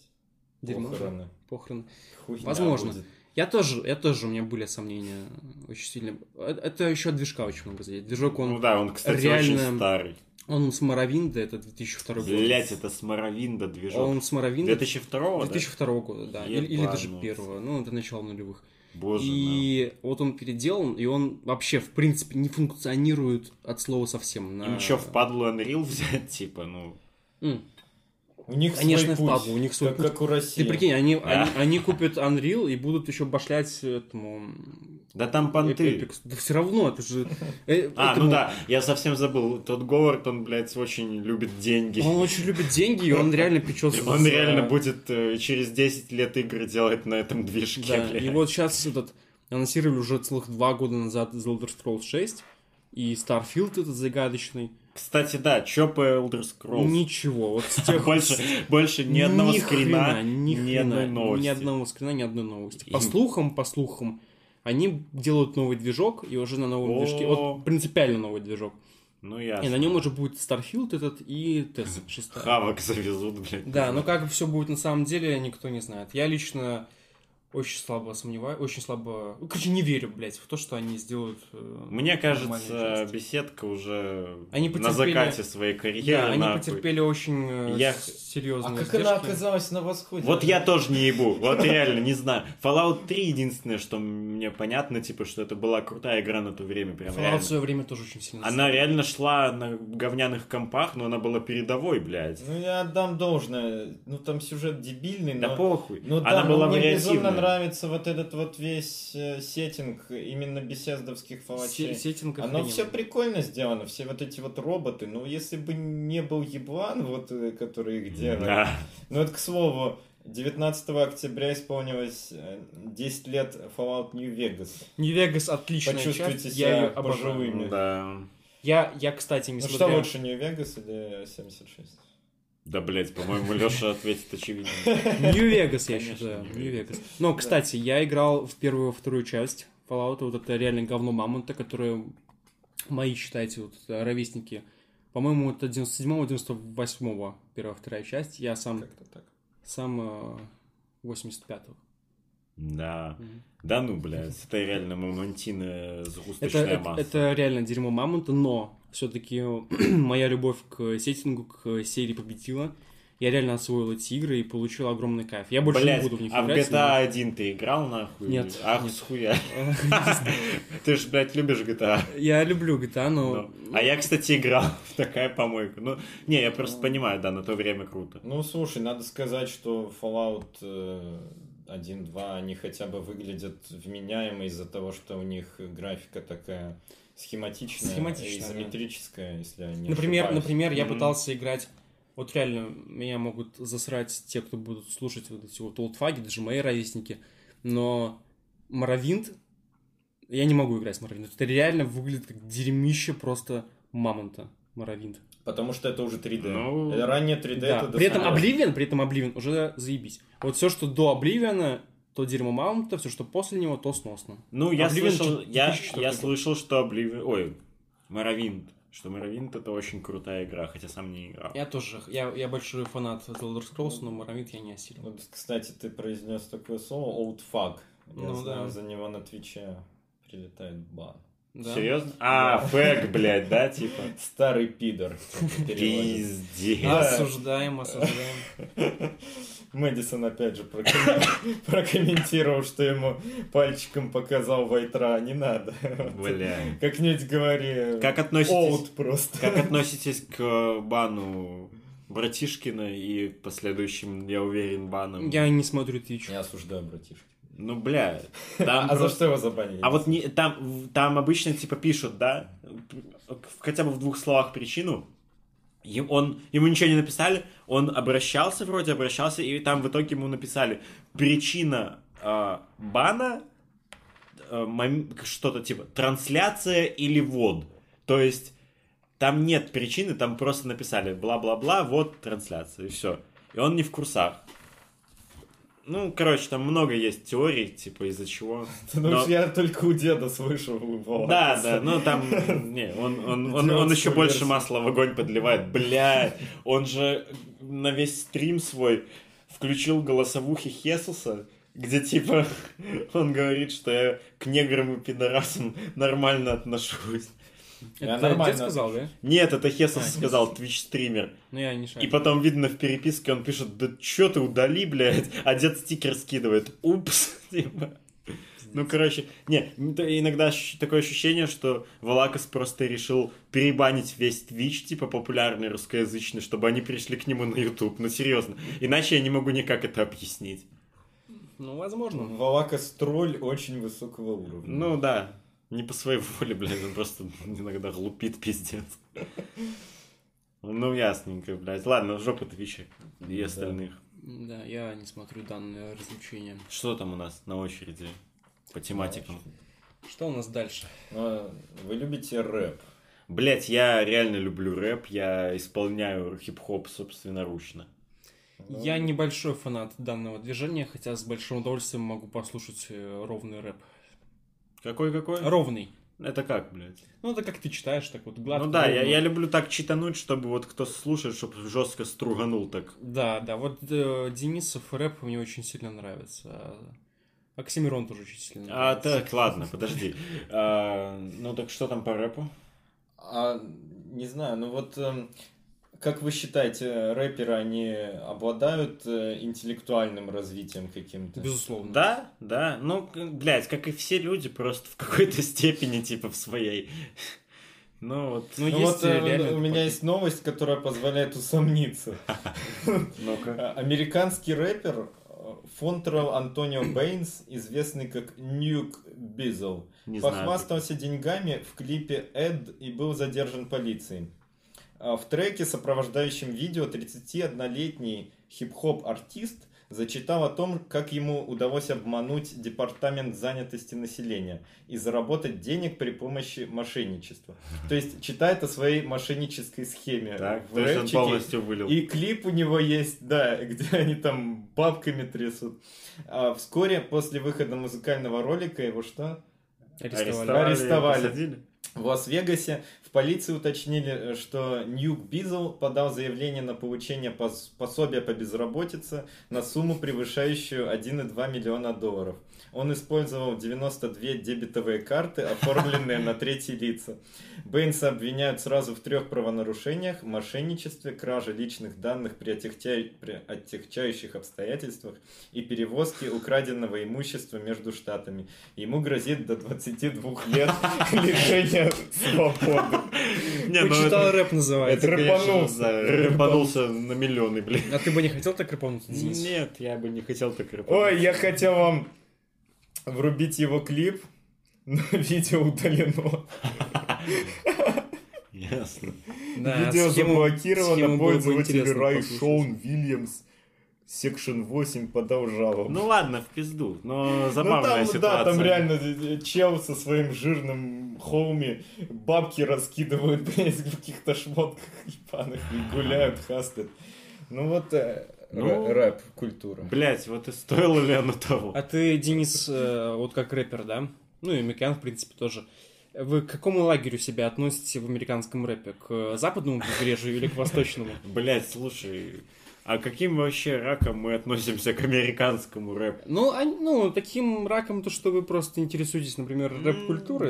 Дерьмо. похороны. Похрен. Хуйня Возможно. будет. Я тоже, я тоже, у меня были сомнения очень сильно. Э- Это еще от движка очень много зависит. Движок, Ну он, да, он, кстати, очень реально старый. он с Моровинда, это 2002 год. Блять, это Сморовинда движок. Он с Моровинда 2002 да? 2002 года, да. Или, или даже Ебануться. первого, ну, это начало нулевых. Боже, и вот он переделан, и он вообще, в принципе, не функционирует от слова совсем. на. На... Им что, впадло Unreal взять, типа, ну... М. У них свой Конечно, путь, впадло, у них свой как, путь. как у России. Ты прикинь, они, Да. они, они купят Unreal и будут еще башлять этому... м, Да там понты. Apex. Да все равно, это же... э, А, этому- ну да, я совсем забыл. Тот Говард, он, блядь, очень любит деньги. Он очень любит деньги, и он реально печется. Он за- реально будет э, через 10 лет игры делать на этом движке, Да, блядь. и вот сейчас этот анонсировали уже целых два года назад The Elder Scrolls 6 и Starfield этот загадочный. Кстати, да, чё по Elder Scrolls? Ничего, вот с тех... больше, больше ни одного скрина, хрена, ни, ни хрена, одной новости. Ни одного скрина, ни одной новости. По И- слухам, по слухам, Они делают новый движок, и уже на новом О. движке, вот принципиально новый движок. Ну И на я. нем уже будет Starfield этот и Тесс 6. Хавок завезут, блядь. Да, ну, но как все будет на самом деле, никто не знает. Я лично очень слабо сомневаюсь, очень слабо... Ну, короче, не верю, блядь, в то, что они сделают... э, Мне нормальную кажется, часть. беседка уже Они на потерпели- закате своей карьеры. Да, они нахуй. потерпели очень э, Я- с- серьезные А как издержки. она оказалась на восходе? Вот я тоже не ебу, вот реально, не знаю. Fallout 3 единственное, что мне понятно, типа, что это была крутая игра на то время, прям Fallout реально. в свое время тоже очень сильно... Она реально шла на говняных компах, но она была передовой, блядь. Ну, я отдам должное. Ну, там сюжет дебильный, Да но... похуй. Ну, она да, была мне безумно вариативной. нравится вот этот вот весь э, сеттинг именно беседовских Се- фалачей. Сеттинг Оно охрененный. все прикольно сделано, все вот эти вот роботы. Ну, если бы не был еблан, вот, э, который их делает. Да. Ну, это к слову, 19 октября исполнилось э, 10 лет Fallout New Vegas. Нью-Вегас отличная Почувствуйте часть, себя я ее обожаю. пожилым. Ну Да. Я, я, кстати, Ну, что несмотря... лучше, New Vegas или 76? Да, блядь, по-моему, Леша ответит очевидно. Нью-Вегас, я Конечно, считаю. Нью-Вегас. Нью-Вегас. Но, кстати, я играл в первую и вторую часть Fallout. Вот это реально говно Мамонта, которое мои, считайте, вот э, ровесники. По-моему, это 97-98 первая вторая часть. Я сам, Как-то так. сам э, 85-го. Да. Да ну, блядь, это реально мамонтина Это, сгусточная это, масса. это реально дерьмо Мамонта, но все-таки моя любовь к сеттингу, к серии победила. Я реально освоил эти игры и получил огромный кайф. Я больше Блядь, не буду в них а в играть. GTA 1 ты играл, нахуй? Нет, Ах, нет. схуя. но- э, Ты ж, блядь, любишь GTA. Я люблю GTA, но... Ну, А я, кстати, играл в такая помойка. Ну, не, я просто понимаю, да, на то время круто. Ну, слушай, надо сказать, что Fallout э, 1, 2, они хотя бы выглядят вменяемо из-за того, что у них графика такая схематичная, Схематичная, и изометрическая, если я не Например, ошибаюсь. например, я Мгм. пытался играть... Вот реально, меня могут засрать те, кто будут слушать вот эти вот олдфаги, даже мои ровесники. Но Моровинт... Я не могу играть с Моровинт. Это реально выглядит как дерьмище просто мамонта. Моровинт. Потому что это уже 3D. Ну, Э, Ранее 3D Да, это При этом достаточно. Обливион, при этом Обливион уже заебись. Вот все, что до Обливиона, то дерьмо Мамонта, все, что после него, то сносно. Ну, я Oblivion слышал, чё- я, 2004 я год. слышал, что Обливион... Ой, Моровинт. Что Моровинт это очень крутая игра, хотя сам не играл. Я тоже, я, я большой фанат The Elder Scrolls, но Моровинт я не осилил. Вот, кстати, ты произнес такое слово old fuck. Я Ну знаю, да. за него на Твиче прилетает бан. Да. Серьезно? А, фэг, блядь, да, типа? Старый пидор. типа, как переводят. Пиздец. Да. Осуждаем, осуждаем. Мэдисон опять же прокоммен- прокомментировал, что ему пальчиком показал Вайтра, не надо. Блядь. Как-нибудь говори. Как относитесь, Old просто. как относитесь к э, бану Братишкина и последующим, я уверен, банам? Я не смотрю Twitch. Я осуждаю, братишки. Ну, бля, там А за просто- что его забанили? А вот не, там, в- там обычно типа пишут, да, в- хотя бы в двух словах причину. Е- он, ему ничего не написали, он обращался вроде, обращался, и там в итоге ему написали причина а, бана, э, мом- что-то типа трансляция или ввод. То есть там нет причины, там просто написали бла-бла-бла, вот трансляция, и все. И он не в курсах. Ну, короче, там много есть теорий, типа, из-за чего. Ну но- уж я только у деда слышал. Вова. да, да, ну там, не, он, он, он, он Идиотскую еще больше версию. масла в огонь подливает. Бля, он же на весь стрим свой включил голосовухи Хесуса, где типа он говорит, что я к неграм и пидорасам нормально отношусь. Я Это нормально дед сказал, да? Нет, это Хесус А, сказал, твич-стример. Ну, я не И шарю. потом, видно, в переписке он пишет, да чё ты, удали, блядь, а дед стикер скидывает. Упс, типа. Ну, короче, не, м, то иногда щ- такое ощущение, что Валакас просто решил перебанить весь Twitch, типа, популярный русскоязычный, чтобы они пришли к нему на YouTube. Ну, серьезно. Иначе я не могу никак это объяснить. Ну, возможно. Валакас тролль очень высокого уровня. Ну, да. Не по своей воле, блядь, он просто иногда глупит, пиздец. Ну, ясненько, блядь. Ладно, в жопу Твича и Да. остальных. Да, я не смотрю данные развлечения. Что там у нас на очереди по тематикам? Что у нас дальше? А, Вы любите рэп? Блять, я реально люблю рэп, я исполняю хип-хоп собственноручно. Ну, Я небольшой фанат данного движения, хотя с большим удовольствием могу послушать э, ровный рэп. Какой-какой? Ровный. Это как, блядь? Ну, это как ты читаешь, так вот гладко. ну да, я, ровно. я люблю так читануть, чтобы вот кто слушает, чтобы жестко струганул так. Да, да, вот э, Денисов рэп мне очень сильно нравится. а Оксимирон тоже очень сильно А, нравится. так, ладно, подожди. А, ну так что там по рэпу? А, не знаю, ну вот эм, как вы считаете, рэперы, они обладают э, интеллектуальным развитием каким-то? Безусловно. Да, да. Ну, к- блядь, как и все люди, просто в какой-то степени, типа, в своей. Ну вот. Ну, Ну есть вот э, реально... у меня есть новость, которая позволяет усомниться. Ну-ка. А, Американский рэпер э, Фонтерл Антонио Бэйнс, известный как Ньюк Бизл, Не знаю. похвастался деньгами в клипе Эд и был задержан полицией. А В треке, сопровождающем видео, 31-летний хип-хоп-артист зачитал о том, как ему удалось обмануть департамент занятости населения и заработать денег при помощи мошенничества. То есть читает о своей мошеннической схеме. Так, в то есть он рэпчике. полностью вылил. И клип у него есть, да, где они там бабками трясут. А вскоре после выхода музыкального ролика его что? Арестовали. Арестовали. посадили. В Лас-Вегасе в полиции уточнили, э, что Ньюк Бизл подал заявление на получение пос- пособия по безработице на сумму, превышающую 1,2 миллиона долларов. Он использовал 92 дебетовые карты, оформленные на третьи лица. Бэйнса обвиняют сразу в трех правонарушениях – мошенничестве, краже личных данных при, отягчай- при отягчающих обстоятельствах и перевозке украденного имущества между штатами. Ему грозит до 22 лет лишения свободы. Не, ну Почитал это- рэп называется. это конечно, рыпанулся. да, Рыпанулся на миллионы, блин. А ты бы не хотел так рэпануться, Денис? Нет, я бы не хотел так рыпануть. Ой, я хотел вам врубить его клип, но видео удалено. Ясно. Да, Видео схему- схему заблокировано, было бы пользователь интересно Рай послушать. Шоун Вильямс, секшн 8, подал жалобу. Ну ладно, в пизду, но Ну, забавная там, ситуация. да, там реально э, э, чел со своим жирным хоуми бабки раскидывают блядь, в каких-то шмотках ебаных и гуляют, хастят. Ну вот э, Ну, рэ- рэп-культура. Блять, вот и стоило ли оно того? А ты, Денис, э, вот как рэпер, да? Ну и Микян, в принципе, тоже. Вы к какому лагерю себя относите в американском рэпе? К э, западному побережью или к восточному? Блять, слушай, а каким вообще раком мы относимся к американскому рэпу? Ну, они- ну, таким раком, то, что вы просто интересуетесь, например, рэп-культурой,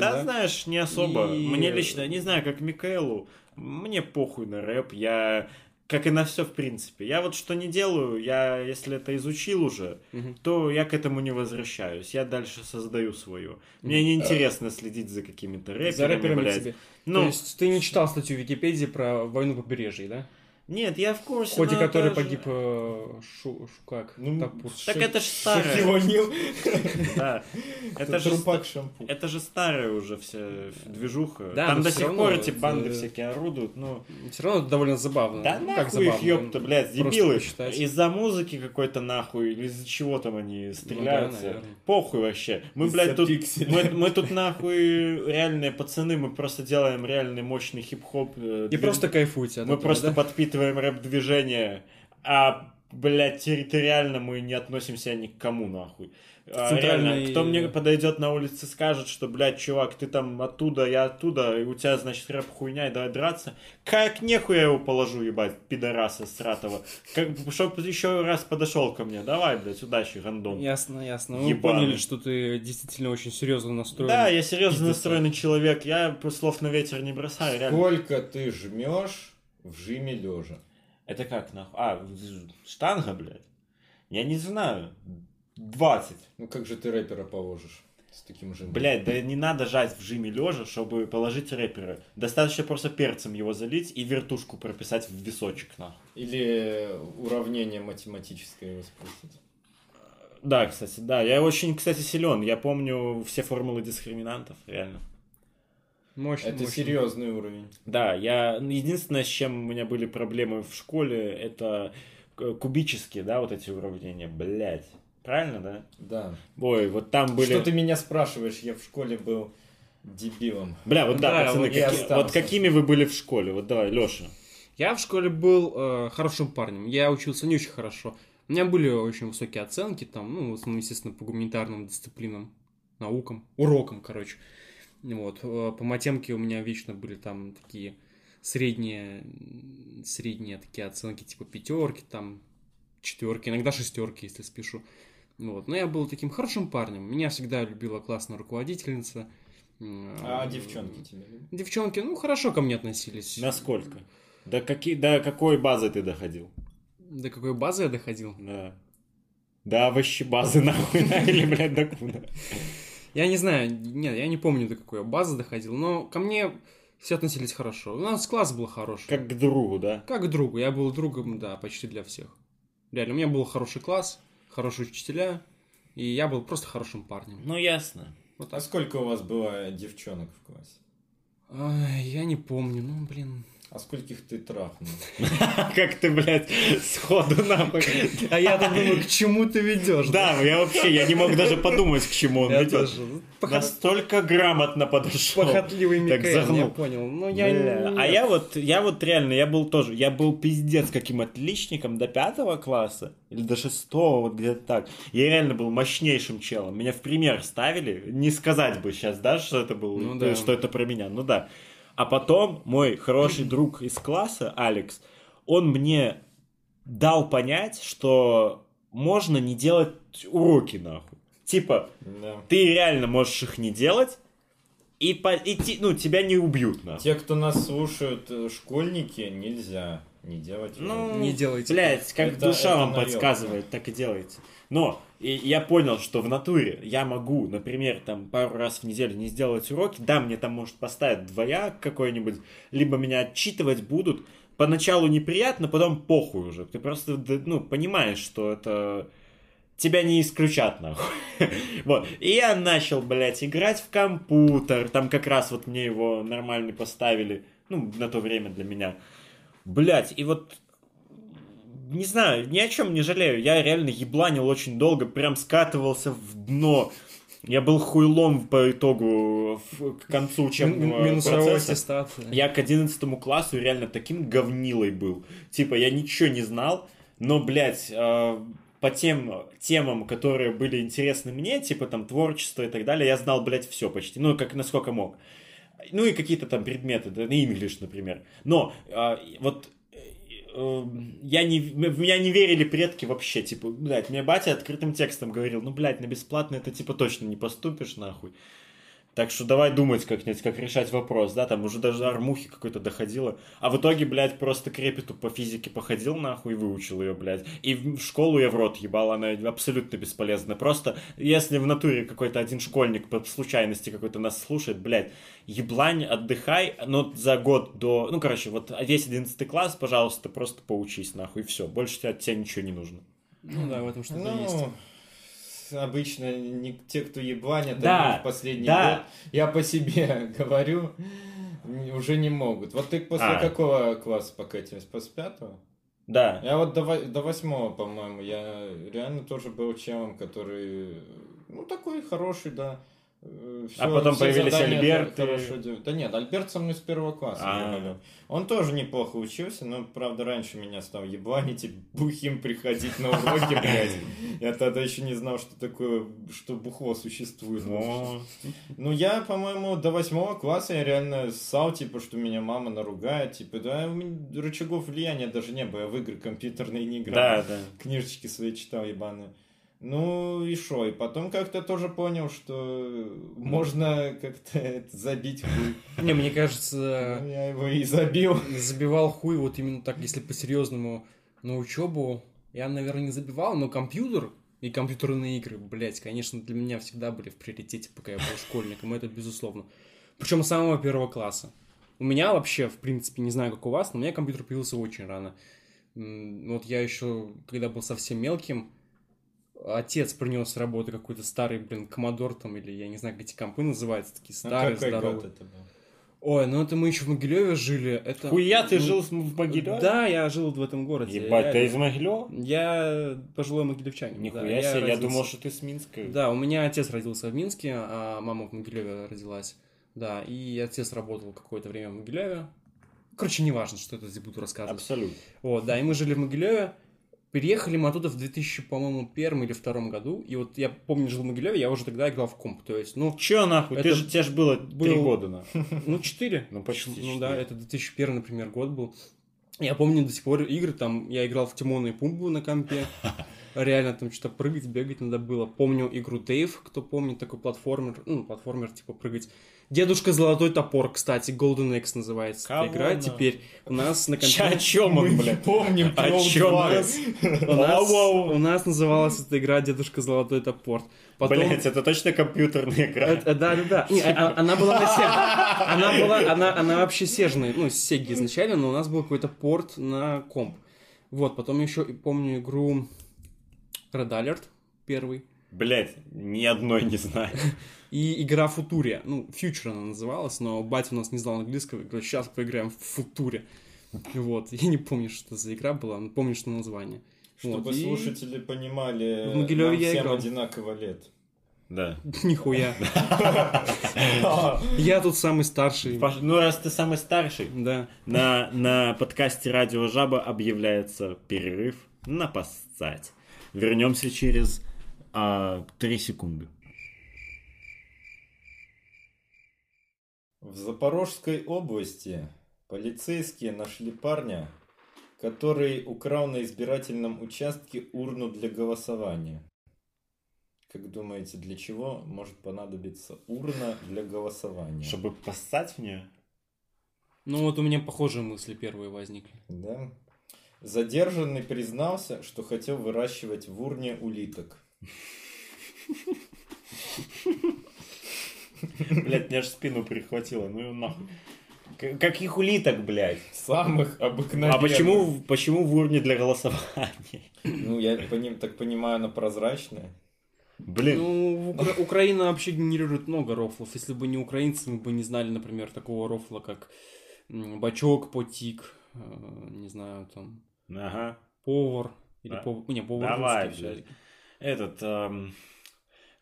М, да? Да, знаешь, не особо. И- Мне лично, не знаю, как Микаэлу, мне похуй на рэп, я... Как и на все, в принципе. Я вот что не делаю, я, если это изучил уже, Мгм. то я к этому не возвращаюсь. Я дальше создаю свое. Мне Мгм. неинтересно следить за какими-то рэперами, а За рэперами блядь. тебе. Ну, То есть ты не читал статью в Википедии про войну побережья, да? нет, я в В курсе. ходе но это которой ж- погиб э, Шу- Шукак. Ну, Тапур. Так Ш- это ж старое. Шахи Ванил. Да. Это же трупак шампунь. Это же старая уже вся движуха. Да, Там но до всё сих равно пор эти это- банды всякие орудуют, ну... Все равно это довольно забавно. Да Ну, нахуй их, ёпта, блядь, Просто дебилы. почитать. Ну Из-за музыки какой-то нахуй или из-за чего там они стреляются. наверное. Похуй вообще. Мы, Из-за блядь, тут... пикселей. Мы, мы тут нахуй реальные пацаны, мы просто делаем реальный мощный хип-хоп. э, И движ- просто кайфуйте. от Мы этого, просто да? подпитываем рэп-движение, а блядь, территориально мы не относимся ни к кому, нахуй. А, Центральный- реально, кто мне подойдет на улице, скажет, что, блядь, чувак, ты там оттуда, я оттуда, и у тебя, значит, рэп хуйня, и давай драться. Как нехуй я его положу, ебать, пидораса сратого. Как, чтоб еще раз подошел ко мне. Давай, блядь, удачи, гандон. Ясно, ясно. Мы Ебаный. поняли, что ты действительно очень серьезно настроен. Да, я серьезно пиздец. настроенный человек, я слов на ветер не бросаю, реально. Сколько ты жмешь в жиме лежа? Это как нахуй? А, в- штанга, блядь? Я не знаю. 20. Ну как же ты рэпера положишь с таким жимом? Блядь, да не надо жать в жиме лежа, чтобы положить рэпера. Достаточно просто перцем его залить и вертушку прописать в височек, нахуй. Или уравнение математическое его спустить? Да, кстати, да. Я очень, кстати, силен. Я помню все формулы дискриминантов, реально. Мощно, Это мощно. серьезный уровень. Да, я... ну, Единственное, с чем у меня были проблемы в школе, это э, кубические, да, вот эти уравнения. Блядь. Правильно, да? Да. Ой, вот там были... Что ты меня спрашиваешь? Я в школе был дебилом. Бля, вот да, Да, пацаны, вот я какие- остался. вот какими вы были в школе? Вот давай, Леша. Я в школе был э, хорошим парнем. Я учился не очень хорошо. У меня были очень высокие оценки, там, ну, в основном, естественно, по гуманитарным дисциплинам. наукам, урокам, короче. Вот. э, По матемке у меня вечно были там такие средние, средние такие оценки, типа пятерки, там четверки, иногда шестерки, если спешу. Вот. Но я был таким хорошим парнем. Меня всегда любила классная руководительница. М, А э, девчонки тебе любят? Девчонки, ну, хорошо ко мне относились. Насколько? До, какие, до какой базы ты доходил? До какой базы я доходил? Да. Да, овощи базы нахуй, да, или, блядь, до куда? Я не знаю, нет, я не помню, до какой я базы доходил, но ко мне все относились хорошо. У нас класс был хороший. Как к другу, да? Как к другу. Я был другом, да, почти для всех. Реально, у меня был хороший класс, хорошие учителя, и я был просто хорошим парнем. Ну, ясно. Вот А так. сколько у вас было девчонок в классе? Ай, я не помню, ну, блин. А скольких ты трахнул? Как ты, блядь, сходу нахуй. А я-то думаю, к чему ты ведешь? Да, я вообще, я не мог даже подумать, к чему он Я ведет. тоже. Похот- Настолько грамотно подошел. Ну, Похотливый Так Микаэль, я загнул. понял. Ну, я... Бля, не- А я вот, я вот реально, я был тоже, я был пиздец каким отличником до пятого класса или до шестого, вот где-то так. Я реально был мощнейшим челом. Меня в пример ставили, не сказать бы сейчас, да, что это было, Ну э, да. что это про меня, ну да. А потом мой хороший друг из класса, Алекс, он мне дал понять, что можно не делать уроки, нахуй. Типа, Да. ты реально можешь их не делать, и, по, и ти- ну, тебя не убьют, нахуй. Те, кто нас слушают, э, школьники, нельзя не делать. Ну, уроки. Не делайте. Блять, как Это- душа это вам наёб, подсказывает, так и делайте. Но и я понял, что в натуре я могу, например, там пару раз в неделю не сделать уроки, да, мне там может поставят двояк какой-нибудь, либо меня отчитывать будут. Поначалу неприятно, потом похуй уже. Ты просто, д- ну, понимаешь, что это тебя не исключат, нахуй. Вот. И я начал, блядь, играть в компьютер. Там как раз вот мне его нормально поставили. Ну, на то время для меня. Блядь, и вот... Не знаю, ни о чем не жалею. Я реально ебланил очень долго, прям скатывался в дно. Я был хуйлом по итогу в- к концу Мин- учебного мин- Минусовой процесса. аттестат. Я к 11 классу реально таким говнилой был. Типа, я ничего не знал, но, блядь, э, по тем темам, которые были интересны мне, типа там творчество и так далее, я знал, блядь, все почти. Ну, как насколько мог. Ну и какие-то там предметы, да, English, например. Но э, вот э, я не, в меня не верили предки вообще, типа, блядь, мне батя открытым текстом говорил, ну, блядь, на бесплатно это, типа, точно не поступишь, нахуй. Так что давай думать как-нибудь, как решать вопрос, да, там уже даже до армухи какой-то доходило. А в итоге, блядь, просто к репету по физике походил нахуй и выучил ее, блядь. И в школу я в рот ебал, она абсолютно бесполезна. Просто если в натуре какой-то один школьник по случайности какой-то нас слушает, блядь, еблань, отдыхай, но за год до... Ну, короче, вот весь 11 класс, пожалуйста, просто поучись нахуй, и все. Больше тебя- от тебя ничего не нужно. Ну да, в этом что-то Ну, есть. с- Ну, обычно не те, кто ебанят, Да, они в последний да. год, я по себе говорю, м, уже не могут. Вот ты после А. какого класса покатилась? После пятого? Да. Я вот до, во- до восьмого, по-моему, я реально тоже был челом, который, ну, такой хороший, да. Э, всё- А потом все появились задания Альберт хо- и- хорошо делал. Да нет, Альберт со мной с первого класса. А. был. Он тоже неплохо учился, но, правда, раньше меня стал ебанить и бухим приходить на уроки, блядь. Я тогда еще не знал, что такое, что бухло существует. Ну, Ну, я, по-моему, до восьмого класса я реально ссал, типа, что меня мама наругает, типа, да, у меня рычагов влияния даже не было, я в игры компьютерные не играл да, да. книжечки свои читал ебаные. Ну и шо, и потом как-то тоже понял, что можно как-то это забить хуй. Не, мне кажется, Ну, Я его и забил. забивал хуй вот именно так, если по-серьезному на учебу. Я, наверное, не забивал, но компьютер и компьютерные игры, блядь, конечно, для меня всегда были в приоритете, пока я был школьником, это безусловно. Причем с самого первого класса. У меня вообще, в принципе, не знаю, как у вас, но у меня компьютер появился очень рано. М, Вот я еще, когда был совсем мелким, отец принес с работы какой-то старый, блин, Commodore там, или я не знаю, как эти компы называются, такие Ну, старые, какой год здоровые. это был? Ой, ну это мы еще в Могилеве жили. Это... Хуя ты Ну, жил с- в Могилеве? Да, я жил в этом городе. Ебать, ты я, из Могилева? я пожилой могилевчанин. да, Нихуя себе, я родился- думал, что ты с Минска. Да, у меня отец родился в Минске, а мама в Могилеве родилась. Да, и отец работал какое-то время в Могилеве. Короче, не важно, что это здесь буду рассказывать. Абсолютно. Вот, да, и мы жили в Могилеве. Переехали мы оттуда в 2000, по-моему, первом или втором году. И вот я помню, жил в Могилеве, я уже тогда играл в комп. То есть, ну, Че нахуй? Это Ты же, тебе же было три был- года нахуй. ну 4. Ну, почти Ну да, четыре. это 2001, например, год был. Я помню до сих пор игры, там, я играл в Тимона и Пумбу на компе. Реально, там что-то прыгать, бегать надо было. Помню игру Дейв, кто помнит, такой платформер, ну, платформер, типа, прыгать. Дедушка Золотой Топор, кстати, Golden Axe называется эта Кого игра. нах- Теперь у нас на Чё, О компе... чем он, Мы не блядь? помним О Тролл чем 2. он? У нас, Вау-вау. у нас называлась эта игра Дедушка Золотой Топор. Блять, это точно компьютерная игра. Да, да, да. а, она была на Sega. Она была, она, она вообще сежная, ну, с Сеги изначально, но у нас был какой-то порт на комп. Вот, потом еще и помню игру Red Alert первый. Блять, ни одной не знаю. И игра Футурия. Ну, Future она называлась, но батя у нас не знал английского. и Говорит, сейчас поиграем в Футуре. Вот, я не помню, что за игра была, но помню, что название. Чтобы Вот, и- слушатели понимали, В Могилеве нам я всем играл. одинаково лет. Да. Нихуя. Я тут самый старший. Паш, Ну, раз ты самый старший, Да. на, на подкасте Радио Жаба объявляется перерыв на поссать. Вернемся через а, три секунды. В Запорожской области полицейские нашли парня, который украл на избирательном участке урну для голосования. Как думаете, для чего может понадобиться урна для голосования? Чтобы поссать в нее? Ну вот у меня похожие мысли первые возникли. Да. Задержанный признался, что хотел выращивать в урне улиток. Блять, мне аж спину прихватило, ну его нахуй. К- Каких улиток, блядь? Самых обыкновенных. А почему, почему в урне для голосования? Ну, я поним- так понимаю, она прозрачная. Блин, Ну, Укра- Украина вообще генерирует много рофлов. Если бы не украинцы, мы бы не знали, например, такого рофла, как м, бачок, потик, э, не знаю, там, ага. повар. Или Да. повар. Не, повар А, Давай, русский блядь. всё-таки. Этот, эм,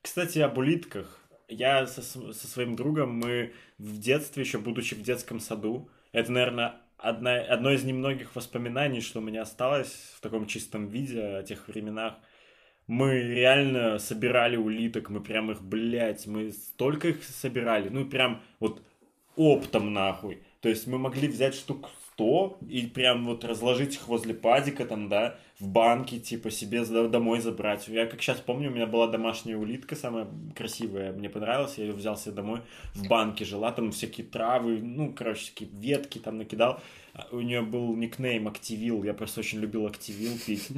кстати, об улитках. Я со, св- со своим другом, мы в детстве, еще будучи в детском саду, это, наверное, одна, одно из немногих воспоминаний, что у меня осталось в таком чистом виде о тех временах. Мы реально собирали улиток, мы прям их, блядь, мы столько их собирали, ну прям вот оптом нахуй. То есть мы могли взять штук 100 и прям вот разложить их возле падика там, да, в банке, типа, себе за- домой забрать. Я как сейчас помню, у меня была домашняя улитка, самая красивая, мне понравилась, я ее взял себе домой, в банке жила, там всякие травы, ну, короче, всякие ветки там накидал. А У нее был никнейм Активил, я просто очень любил Активил пить.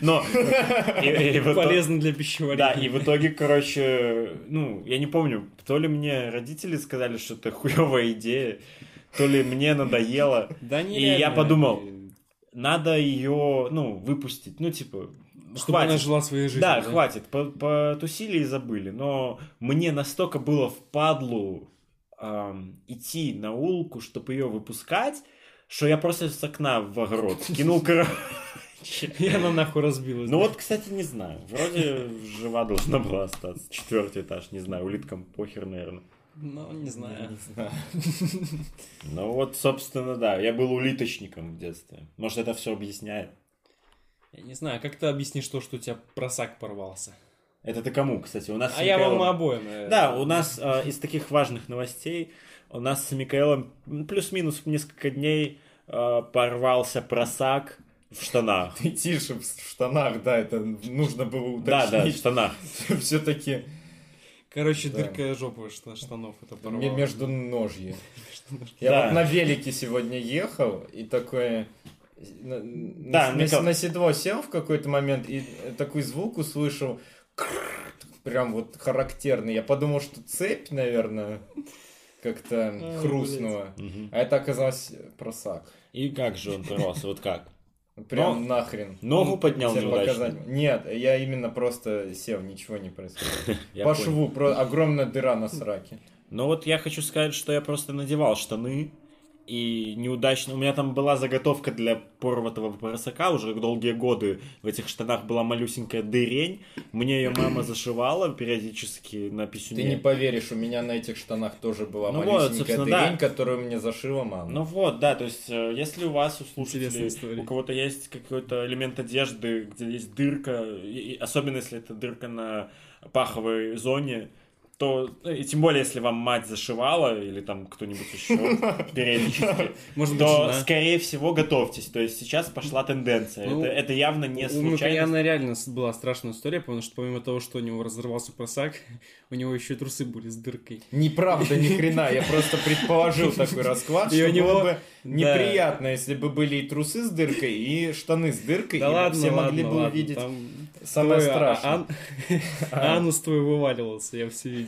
Но... и- и в итоге- Полезно для пищеварения. да, и в итоге, короче, ну, я не помню, то ли мне родители сказали, что это хуевая идея, то ли мне надоело. Да не и реально. я подумал, Э, Надо ее, ну, выпустить. Ну, типа, Чтобы она хватит. жила своей жизнью. Да, хватит. По- Потусили и забыли. Но мне настолько было впадлу эм, идти на улку, чтобы ее выпускать, что я просто с окна в огород кинул, короче. И она нахуй разбилась. Ну да. вот, кстати, не знаю. Вроде жива должна была остаться. Четвертый этаж, не знаю, улиткам похер, наверное. Ну, не знаю. Не знаю. Ну вот, собственно, да. Я был улиточником в детстве. Может, это все объясняет. Я не знаю, как ты объяснишь то, что у тебя просак порвался? Это ты кому, кстати? У нас с А я вам Михаилом- обоим. э, Да, у нас э, из таких важных новостей у нас с Микаэлом м, плюс-минус в несколько дней э, порвался просак в штанах. Ты тише в штанах, да, это нужно было Да, да, в уточнить. штанах. Все-таки Короче, Да. дырка жопы что- штанов это мне порвала. между ножье. Да. Я вот на велике сегодня ехал и такое... На, на- Да, на- Михаил. на седло сел в какой-то момент и такой звук услышал. Прям вот характерный. Я подумал, что цепь, наверное, как-то Ай, хрустнула. Мгм. А это оказалось просак. И как же он порвался? Вот как? Прям нахрен. Ногу поднял Тебе показать. неудачно. Нет, я именно просто сел, ничего не происходило. Я По понял. шву, про- огромная дыра на сраке. Ну вот я хочу сказать, что я просто надевал штаны, и неудачно. У меня там была заготовка для порватого поросака, уже долгие годы в этих штанах была малюсенькая дырень. Мне ее мама зашивала периодически на писюне. Ты не поверишь, у меня на этих штанах тоже была Ну вот, малюсенькая собственно, дырень, да. которую мне зашила мама. Ну вот, да, то есть, э, если у вас, у Интересная слушателей, история. у кого-то есть какой-то элемент одежды, где есть дырка, и- и особенно если это дырка на паховой зоне, то, э, и тем более, если вам мать зашивала, или там кто-нибудь еще периодически, Может быть, то, жена. скорее всего, готовьтесь. То есть сейчас пошла тенденция. Ну, Это- Это явно не У случайно. Микояна реально с- была страшная история, потому что помимо того, что у него разорвался просак, у него еще и трусы были с дыркой. Неправда, ни хрена, я просто предположил такой расклад, И что у него- было бы Да. неприятно, если бы были и трусы с дыркой, и штаны с дыркой, Да и ладно, все могли ладно, бы ладно, увидеть там самое твой а- страшное. ан- Анус твой вываливался, я все видел.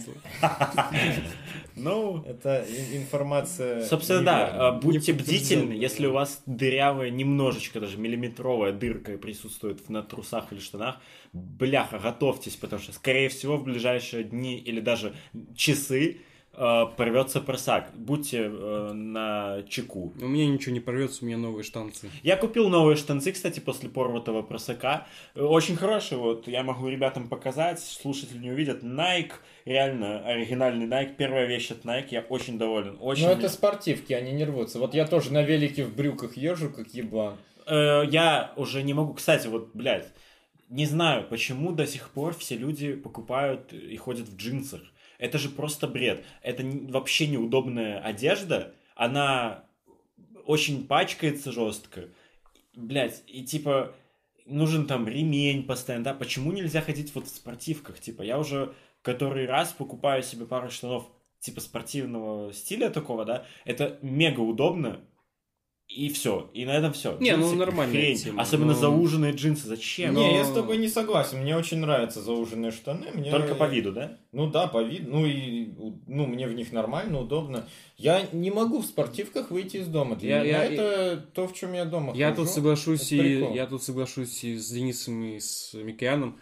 Ну, Это и- информация... Собственно, да, неверная. а, будьте Э, Не подтвержденная, бдительны, да. если у вас дырявая, немножечко даже миллиметровая дырка присутствует на трусах или штанах, бляха, готовьтесь, потому что, скорее всего, в ближайшие дни или даже часы э, порвется просак. Будьте э, на чеку. У меня ничего не порвется, у меня новые штанцы. Я купил новые штанцы, кстати, после порватого просака. Э, Очень хорошие, вот, я могу ребятам показать, слушатели не увидят. Nike, реально, оригинальный Nike, первая вещь от Nike, я очень доволен. Очень Ну это спортивки, они не рвутся. Вот я тоже на велике в брюках езжу, как еблан. Э, я уже не могу. Кстати, вот, блядь, не знаю, почему до сих пор все люди покупают и ходят в джинсах. Это же просто бред. Это н- вообще неудобная одежда. Она очень пачкается жестко. Блядь, и типа нужен там ремень постоянно, да? Почему нельзя ходить вот в спортивках? Типа, я уже который раз покупаю себе пару штанов типа спортивного стиля такого, да? Это мега удобно, и все. И на этом все. Не, ну, нормальная тема, ну. Особенно но- зауженные джинсы. Зачем? Но- Не, я с тобой не согласен. Мне очень нравятся зауженные штаны. Мне... Только по виду, да? Ну да, по виду. Ну и ну, мне в них нормально, удобно. Я не могу в спортивках выйти из дома. Для Я- меня я- это то, в чем я дома Я хожу. тут соглашусь это и прикол. я тут соглашусь и с Денисом и с Микояном.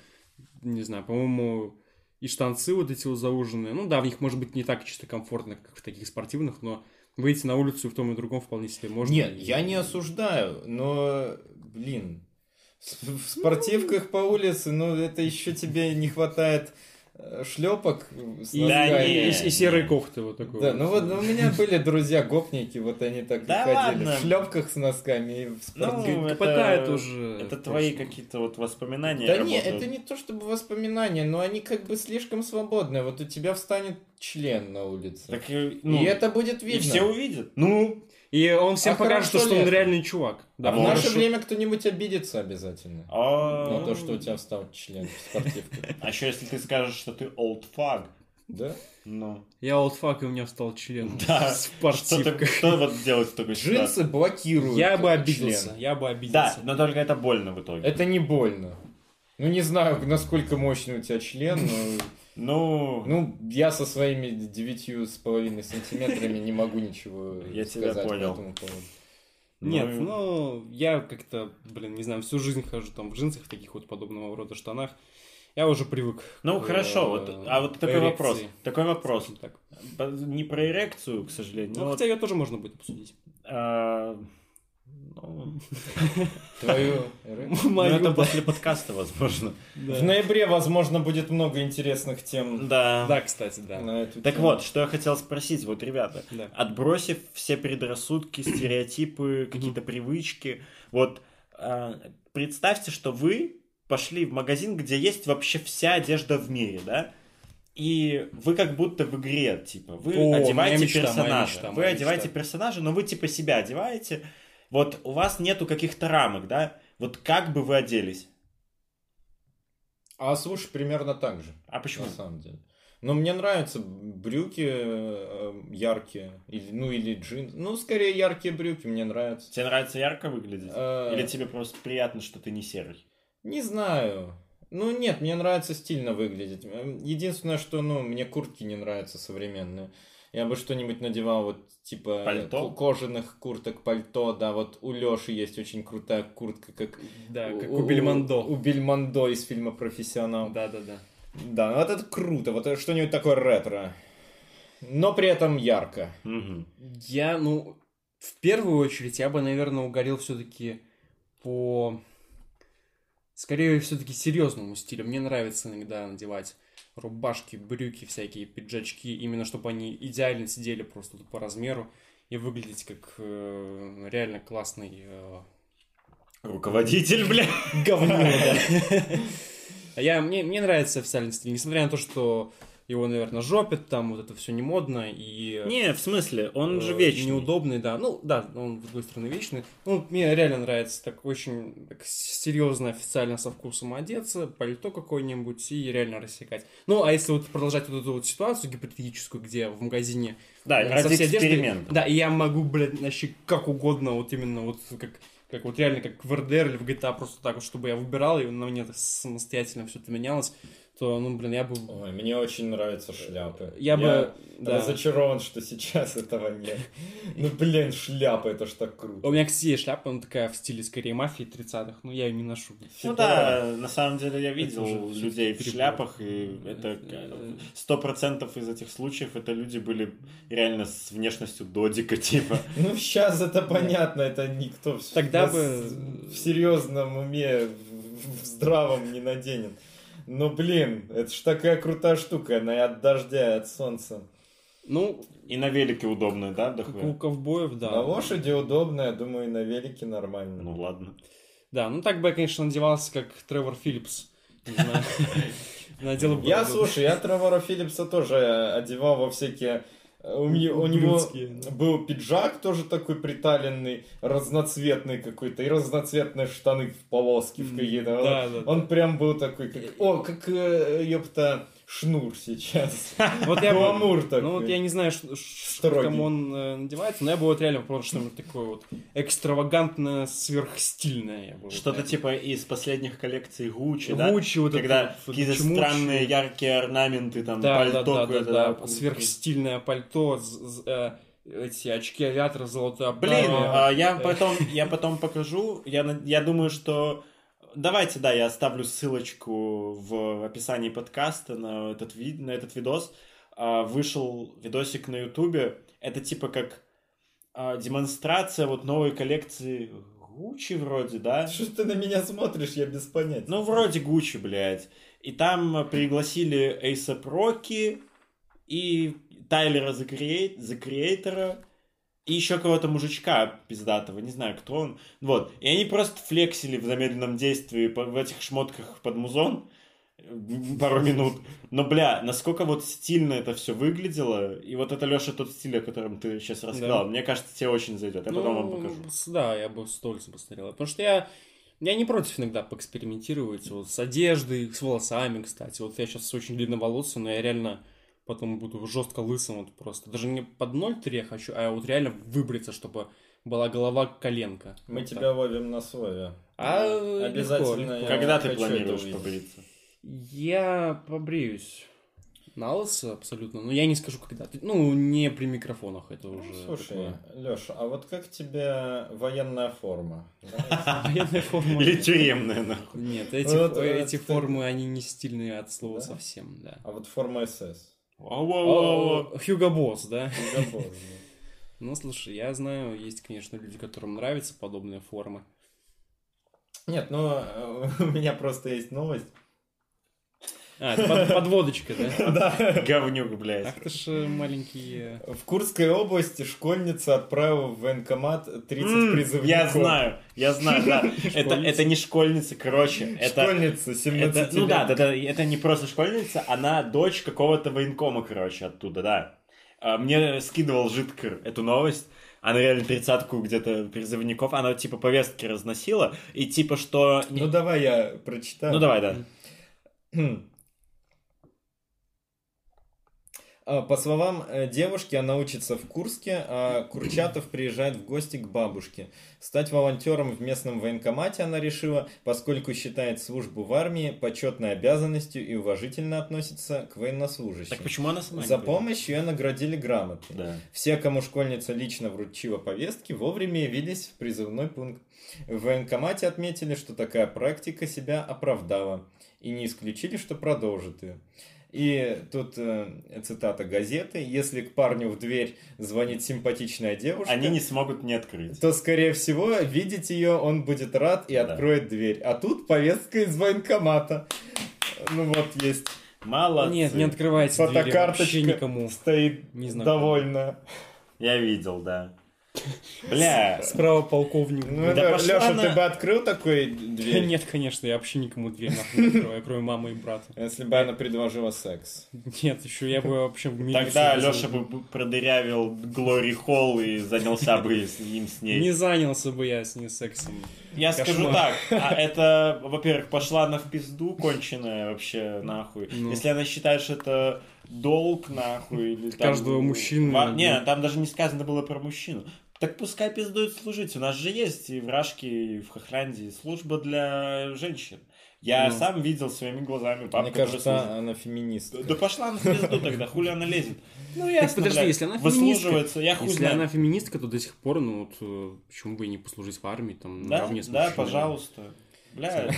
Не знаю, по-моему, и штанцы вот эти вот зауженные. Ну да, в них может быть не так чисто комфортно, как в таких спортивных, но выйти на улицу и в том и другом вполне себе можно. Нет, я не осуждаю, но, блин, с- Ну, в спортивках по улице, ну это еще тебе не хватает э, шлепок с И- Да, носками. и, не. и серые кофты вот такой. Да, вот. ну вот у меня были друзья гопники, вот они так и Да ходили ладно. в шлепках с носками и в Ну, спортивках. Капота это Э, уже... Это в твои прошлом. какие-то вот воспоминания. Да не, работают. это не то чтобы воспоминания, но они как бы слишком свободные. Вот у тебя встанет член на улице. Так, э, ну, и это будет и видно. все увидят. Ну, И он всем А покажет, хорошо что он ли? реальный чувак. А Да, в Хорошо. наше время кто-нибудь обидится обязательно. а... На Ну, то, что у тебя встал член в спортивке. А еще если ты скажешь, что ты old fuck, Да? ну... Я олдфак, и у меня встал член. Да, в Что, так- спортивках. что вот делать в такой ситуации? Джинсы блокируют Я бы член. обиделся. Я бы Да, обиделся. но только это больно в итоге. Это не больно. Ну, не знаю, насколько мощный у тебя член, но... Ну, Ну, я со своими девятью с половиной сантиметрами не могу ничего Я тебя сказать по понял. этому поводу. Нет, ну, я как-то, блин, не знаю, всю жизнь хожу там в джинсах, таких вот подобного рода штанах. Я уже привык. Ну к, хорошо, вот, э, а вот такой эрекции. вопрос, такой вопрос, Скажем Так. Б- не про эрекцию, к сожалению, Ну, но хотя ее тоже можно будет обсудить. вот, а, ну, Твою... ну, Мою, это да. после подкаста, возможно. В ноябре, возможно, будет много интересных тем Да. Да, кстати, да. на эту Так тему. вот, что я хотел спросить, вот, ребята, Да. отбросив все предрассудки, стереотипы, какие-то привычки, вот а, представьте, что вы пошли в магазин, где есть вообще вся одежда в мире, да? И вы как будто в игре, типа, вы О, моя одеваете мечта, моя персонажа, мечта, вы моя одеваете мечта. персонажа, но вы типа себя одеваете. Вот у вас нету каких-то рамок, да? Вот как бы вы оделись? А слушай, примерно так же, А почему? на самом деле. Но мне нравятся брюки э, яркие, или, ну или джинсы. Ну, скорее яркие брюки мне нравятся. Тебе нравится ярко выглядеть? Э, Или тебе просто приятно, что ты не серый? Не знаю. Ну нет, мне нравится стильно выглядеть. Эм, Единственное, что, ну, мне куртки не нравятся современные. Я бы что-нибудь надевал, вот, типа, Пальто? ко- кожаных курток, пальто, да, вот у Лёши есть очень крутая куртка, как... Да, как у- у Бельмондо. У Бельмондо из фильма «Профессионал». Да, да, да. Да, ну вот это круто, вот это что-нибудь такое ретро. Но при этом ярко. Мгм. Я, ну, В первую очередь я бы, наверное, угорел все-таки по... Скорее, все-таки серьезному стилю. Мне нравится иногда надевать рубашки, брюки, всякие пиджачки, именно чтобы они идеально сидели просто вот по размеру и выглядеть как э, реально классный э, Руководитель, бля. говнюк, да. А Я, мне, мне нравится официальный стиль, несмотря на то, что его, наверное, жопят, там вот это все не модно и... Не, в смысле, он же э, вечный. Неудобный, да. Ну, да, он, с другой стороны, вечный. Ну, мне реально нравится так очень так серьезно, официально со вкусом одеться, пальто какое-нибудь и реально рассекать. Ну, а если вот продолжать вот эту вот ситуацию гипотетическую, где в магазине Да, э, со ради всей одеждой- эксперимента. Да, и я могу, блядь, вообще как угодно, вот именно вот как как вот реально как в РДР или в GTA просто так вот, чтобы я выбирал, и на мне так самостоятельно все это менялось, то, ну, блин, я бы... Ой, мне очень нравятся шляпы. Я бы... да. разочарован, что сейчас этого нет. Ну, блин, шляпа, это ж так У круто. меня, кстати, есть шляпа, она такая в стиле скорее мафии 30-х, но я ее не ношу. Ну Федора. да, на самом деле я видел Это уже людей в перебор. шляпах, и это Э, сто процентов из этих случаев это люди были реально с внешностью додика, типа. Ну, сейчас это понятно, это никто в- Тогда нас бы- в серьезном уме, в в здравом не наденет. Но, блин, это ж такая крутая штука, она и от дождя, и от солнца. Ну, И на велике удобно, да, как у дохуя? ковбоев, да. На лошади удобно, я думаю, и на велике нормально. Ну ладно. Да, ну так бы я, конечно, надевался, как Тревор Филлипс. Не знаю. Надел бы... Я, слушай, я Тревора Филлипса тоже э, одевал во всякие... э, У, мне- у него Блюдские, да. был пиджак тоже такой приталенный, разноцветный какой-то, и разноцветные штаны в полоске в М, какие-то. Он- Да, да. Он прям был такой, как... О, как, э, ёпта, шнур сейчас. Вот я бы... Гламур такой. Ну вот я не знаю, ш- ш- что Строгий. там он э, надевается, но я бы вот реально попробовал что-нибудь такое вот экстравагантно сверхстильное. я бы вот Что-то реально. типа из последних коллекций Гуччи, да? Э, Гуччи, вот Когда это вот какие-то чмучи. странные яркие орнаменты, там, да, пальто да, да, какое-то, да, да, да. сверхстильное пальто, з- з- э, эти очки авиатора, золотая Блин, оправа. а я Э, потом, я потом покажу. Я, на- я думаю, что... Давайте, да, я оставлю ссылочку в описании подкаста на этот, вид, на этот видос. А, Вышел видосик на ютубе. Это типа как а, демонстрация вот новой коллекции Гуччи вроде, да? Что ты на меня смотришь, я без понятия. Ну, вроде Гуччи, блядь. И там э, пригласили Эйса Проки и Тайлера за Креатора, и еще кого-то мужичка пиздатого, не знаю, кто он. Вот. И они просто флексили в замедленном действии по- в этих шмотках под музон э, пару минут. Но, бля, насколько вот стильно это все выглядело. И вот это, Леша, тот стиль, о котором ты сейчас рассказал, мне кажется, тебе очень зайдет. Я потом вам ну, покажу. с- Да, я бы с удовольствием посмотрел. Потому что я, я не против иногда поэкспериментировать вот, с одеждой, с волосами, кстати. Вот я сейчас очень длинноволосый, но я реально потом буду жестко лысым вот просто. Даже не под 0,3 я хочу, а вот реально выбриться, чтобы была голова коленка. Мы Вот так. тебя ловим на слове. А, легко, Обязательно. легко. я Когда ты хочу это планируешь увидеть. побриться? Я побреюсь. На лысо абсолютно, но я не скажу когда. Ты- Ну, не при микрофонах, это Ну, уже... Слушай, такое. Леша, а вот как тебе военная форма? Нравится? Военная форма. Или тюремная, нахуй. Нет, эти, Вот, фо- э, эти ты- формы, они не стильные от слова Да? совсем, да. А вот форма СС. Воу-воу-воу. О, Хьюго Босс, да? Сингапур. Ну, слушай, я знаю, есть, конечно, люди, которым нравятся подобные формы. Нет, ну э, у меня просто есть новость. А, это под- подводочка, да? Да. Говнюк, блядь. Ах ты ж э, маленький... э, В Курской области школьница отправила в военкомат 30 М, призывников. Я знаю, я знаю, да. Это, это не школьница, короче. Это, Школьница, 17 это- ну лет. да, да, да, это не просто школьница, она дочь какого-то военкома, короче, оттуда, да. А, Мне скидывал Житкар эту новость. Она реально тридцатку где-то призывников, она типа повестки разносила, и типа что... Ну давай я прочитаю. Ну давай, да. Хм. А, По словам э, девушки, она учится в Курске, а Курчатов приезжает в гости к бабушке. Стать волонтером в местном военкомате она решила, поскольку считает службу в армии почетной обязанностью и уважительно относится к военнослужащим. Так почему она сама не За поехала? помощь ее наградили грамотой. Да. Все, кому школьница лично вручила повестки, вовремя явились в призывной пункт. В военкомате отметили, что такая практика себя оправдала, и не исключили, что продолжит ее. И тут э, цитата газеты. Если к парню в дверь звонит симпатичная девушка, Они не смогут не открыть. то, скорее всего, видеть ее он будет рад и Да. откроет дверь. А тут повестка из военкомата. Ну вот есть. Молодцы. Нет, не открывайте двери вообще Фотокарточка никому. стоит Не знаю. довольно. Я видел, да. Бля, Справа полковник. Ну, Да Лё- пошла Лёша, она. ты бы открыл такой дверь? Нет, конечно, я вообще никому дверь нахуй не открываю, кроме мамы и брата. Если бы она предложила секс. Нет, еще я бы вообще в милицию тогда вызвал. Лёша бы б- продырявил Глори Холл и занялся бы с ним с ней. Не занялся бы я с ней сексом. Я Кошмар. скажу так, а это, во-первых, пошла она в пизду конченая вообще нахуй. Ну. Если она считает, что это долг нахуй или там... Каждого мужчины, Ва- ну. Не, там даже не сказано было про мужчину. Так пускай пиздует служить. У нас же есть и в Рашке, и в Хохландии служба для женщин. Я Ну. сам видел своими глазами папку. Мне кажется, она феминистка. Да пошла она в пизду тогда, хули она лезет. Ну Так ясно, подожди, блядь, если она Выслуживается, я хуй Если знаю. она феминистка, то до сих пор, ну вот, э, почему бы и не послужить в армии, там, Да, наравне с да, мужчинами. пожалуйста. Бля,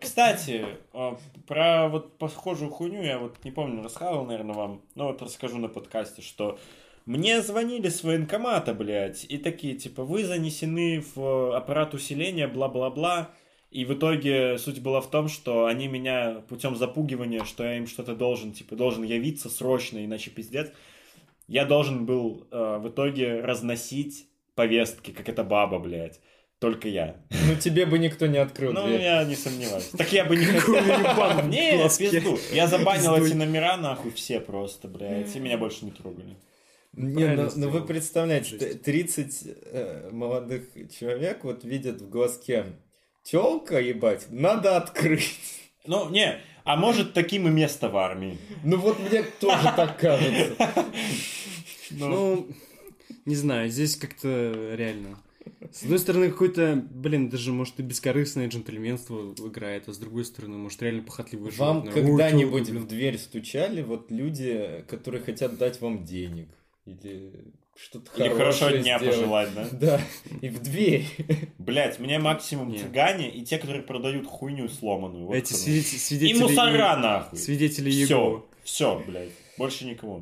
кстати, а, про вот похожую хуйню я вот не помню, рассказывал, наверное, вам, но вот расскажу на подкасте, что мне звонили с военкомата, блядь, и такие, типа, вы занесены в э, аппарат усиления, бла-бла-бла, и в итоге суть была в том, что они меня путем запугивания, что я им что-то должен, типа, должен явиться срочно, иначе пиздец, я должен был э, в итоге разносить повестки, как эта баба, блядь. Только я. Ну тебе бы никто не открыл Ну, дверь. я не сомневаюсь. Так я бы не хотел. Какой у меня бан в Не, глазке. пизду. Я забанил Пиздуй. эти номера, нахуй, все просто, блядь. И меня больше не трогали. Не, Правильно ну, ну вы сделал. представляете, т- Жесть. 30 э, молодых человек вот видят в глазке телка, ебать, надо открыть. Ну, не, а может, таким и место в армии. Ну вот мне тоже так кажется. Ну, не знаю, здесь как-то реально. С одной стороны, какое-то, блин, даже, может, и бескорыстное джентльменство играет, а с другой стороны, может, реально похотливое Вам животное. Ой, когда-нибудь тёлка, блин. в дверь стучали вот люди, которые хотят дать вам денег? Или что-то Или хорошее хорошего дня сделать? пожелать, да? Да, и в дверь. Блядь, мне максимум Не. цыгане и те, которые продают хуйню сломанную. вот Эти кто свиде- мне. И свидетели... мусора, нахуй. Свидетели Все, его. все, блядь. Больше никому.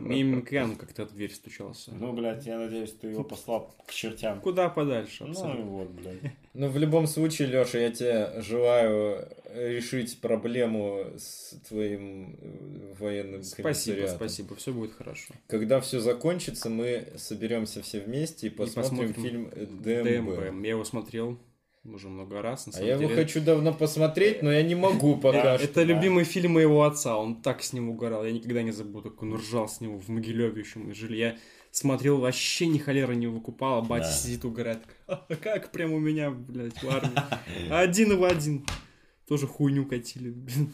Мимикан как-то в дверь стучался. Ну, блядь, я надеюсь, ты его послал к чертям. Куда подальше, Ну и абсолютно. вот, блядь. Ну, в любом случае, Лёша, я тебе желаю решить проблему с твоим э, военным спасибо, комиссариатом. спасибо, все будет хорошо. Когда все закончится, мы соберемся все вместе и посмотрим, фильм э, ДМБ. ДМБ. Я его смотрел уже много раз, на А самом я деле. его хочу давно посмотреть, но я не могу пока Да, что. Это Да. любимый фильм моего отца, он так с ним угорал, я никогда не забуду, как он ржал с него в Могилеве еще мы жили. Я смотрел, вообще ни холера не выкупал, а батя Да. сидит угорает. «А, как прям у меня, блядь, в армии. Один в один. Тоже хуйню катили, блин.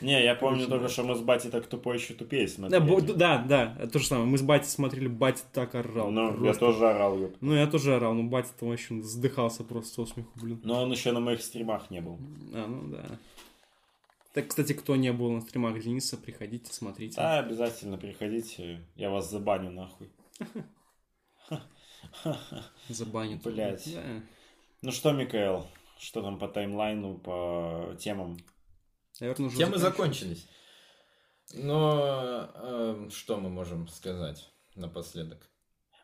Не, я помню Очень только, нравится. что мы с батей так тупой еще тупее смотрели. Да, бо- да, да, то же самое, мы с батей смотрели, батя так орал. Ну, я просто. тоже орал, ёпта. Ну, я тоже орал, но батя там вообще задыхался просто со смеху, блин. Но он еще на моих стримах не был. А, ну да. Так, кстати, кто не был на стримах Дениса, приходите, смотрите. Да, обязательно приходите, я вас забаню нахуй. Забанят. Блядь. Да. Ну что, Микаэл, что там по таймлайну, по темам? Наверное, уже Темы заканчиваем. закончились. Но эм, что мы можем сказать напоследок?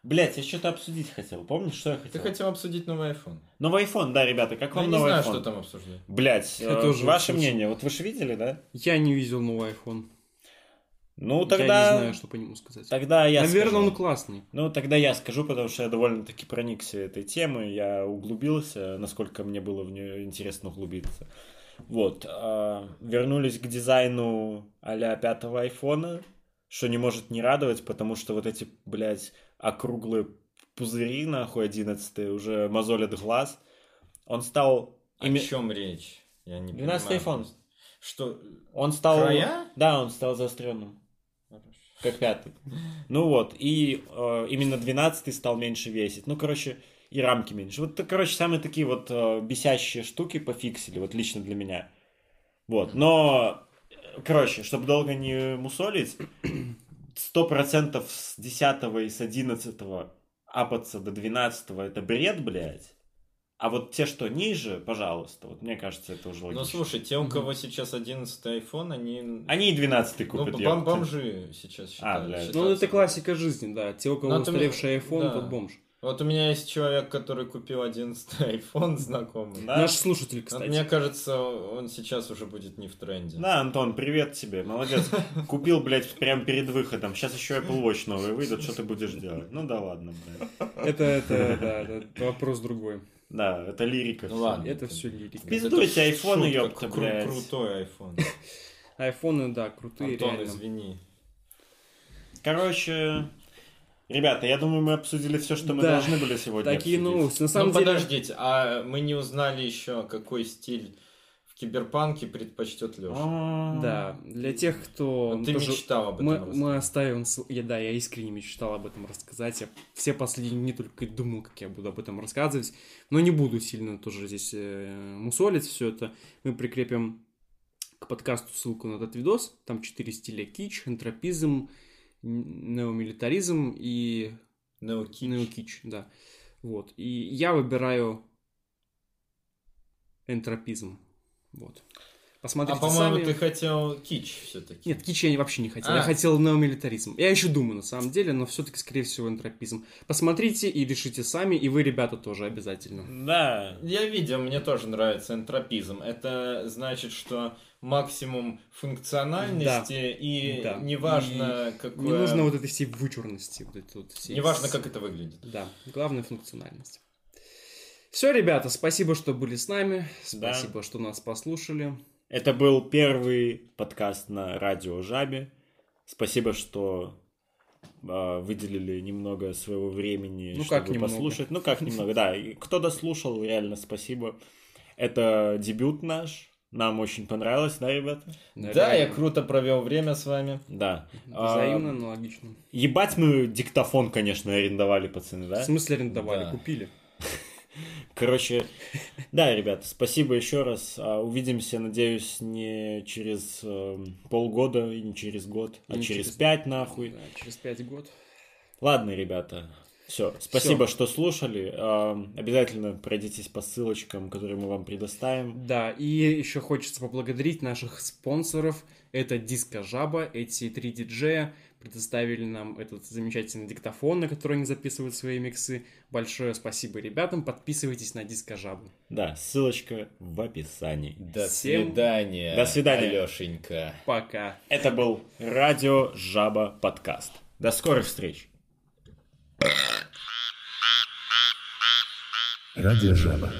Блять, я что-то обсудить хотел. Помнишь, что я Ты хотел? хотел обсудить новый iPhone. Ну, Новый iPhone, да, ребята, Ну, как Я вам не новый знаю, iPhone? что там обсуждать. Блять, Я тоже ваше слышал. мнение, вот вы же видели, да? Я не видел новый iPhone. Ну Я не тогда, знаю, что по нему сказать. тогда я Наверное, скажу. он классный. Ну, тогда я скажу, потому что я довольно-таки проникся этой темой, я углубился, насколько мне было в нее интересно углубиться. Вот, а, вернулись к дизайну а-ля пятого айфона, что не может не радовать, потому что вот эти, блядь, округлые пузыри, нахуй, 11 уже мозолят глаз. Он стал... О име- чем речь? Я не 12 понимаю. iPhone. Что? Он стал... Края? Да, он стал заостренным. Как пятый. Ну вот, и э, именно 12 стал меньше весить. Ну, короче, и рамки меньше. Вот, короче, самые такие вот э, бесящие штуки пофиксили, вот лично для меня. Вот, но, э, короче, чтобы долго не мусолить, 100% с 10 и с 11 апаться до 12 это бред, блядь. А вот те, что ниже, пожалуйста, вот мне кажется, это уже логично. Ну, слушай, те, у кого сейчас 11 iPhone, они... Они и 12 Ну, купят. А, бам- ёпта. бомжи сейчас считают. бля. считаются. Ну, это классика жизни, да. Те, у кого Ну, это мне- устаревший iPhone, да. тот бомж. Вот у меня есть человек, который купил 11 iPhone, знакомый. Да? Наш А слушатель, Вот кстати. Мне кажется, он сейчас уже будет не в тренде. Да, Антон, привет тебе. Молодец. Купил, блядь, прямо перед выходом. Сейчас еще Apple Watch новый выйдет, что ты будешь делать? Ну да ладно, блядь. Это, это, да, это вопрос другой. Да, А, это лирика. Ну всё. ладно. Это все лирика. Пиздуй эти айфоны, ёпта, шутка, кру- блядь. Крутой айфон. Айфоны, да, крутые, Антон, реально. извини. Короче, ребята, я думаю, мы обсудили все, что мы Да. должны были сегодня Такие обсудить. новости. На Ну, самом деле, подождите, а мы не узнали еще, какой стиль в киберпанке предпочтет Леша. А, да, для тех, кто... А ну, ты тоже- мечтал об этом. Мы, рассказать. мы оставим... с- Я, да, я искренне мечтал об этом рассказать. Я все последние дни только и думал, как я буду об этом рассказывать. Но не буду сильно тоже здесь э, мусолить все это. Мы прикрепим к подкасту ссылку на этот видос. Там четыре стиля кич, энтропизм, н- неомилитаризм и Неокич. неокич, да. Вот. И я выбираю энтропизм. Вот. А Посмотрите по-моему, сами. ты хотел кич все-таки. Нет, кич я вообще не хотел. Я А. хотел неомилитаризм. Я еще думаю, на самом деле, но все-таки, скорее всего, энтропизм. Посмотрите и решите сами, и вы, ребята, тоже обязательно. Да. Я видел, мне тоже нравится энтропизм. Это значит, что максимум функциональности и Да. неважно, какое... Не нужно вот этой всей вычурности. Вот этой вот всей... Неважно, как это выглядит. Да, главное функциональность. Все, ребята, спасибо, что были с нами. Да. Спасибо, что нас послушали. Это был первый подкаст на радио Жабе. Спасибо, что а, выделили немного своего времени, Ну, чтобы как немного. послушать. Ну как немного, да. И кто дослушал, реально спасибо. Это дебют наш. Нам очень понравилось, да, ребята? Да, я Наверное, круто провел время с вами. Да. Взаимно, А, но логично. Ебать мы диктофон, конечно, арендовали, пацаны, да? В смысле арендовали, Да. купили. Короче, да, ребят, спасибо еще раз. А, Увидимся, надеюсь, не через эм, полгода и не через год, а Не через, через- пять нахуй. Да, через пять год. Ладно, ребята, все. Спасибо, что слушали. Эм, Обязательно пройдитесь по ссылочкам, которые мы вам предоставим. Да, и еще хочется поблагодарить наших спонсоров. Это Диско Жаба, эти три диджея предоставили нам этот замечательный диктофон, на который они записывают свои миксы. Большое спасибо ребятам, подписывайтесь на Диско Жабу. Да, ссылочка в описании. До Всем- свидания. До свидания. Алешенька. Пока! Это был Радио Жаба подкаст. До скорых встреч! Радио Жаба.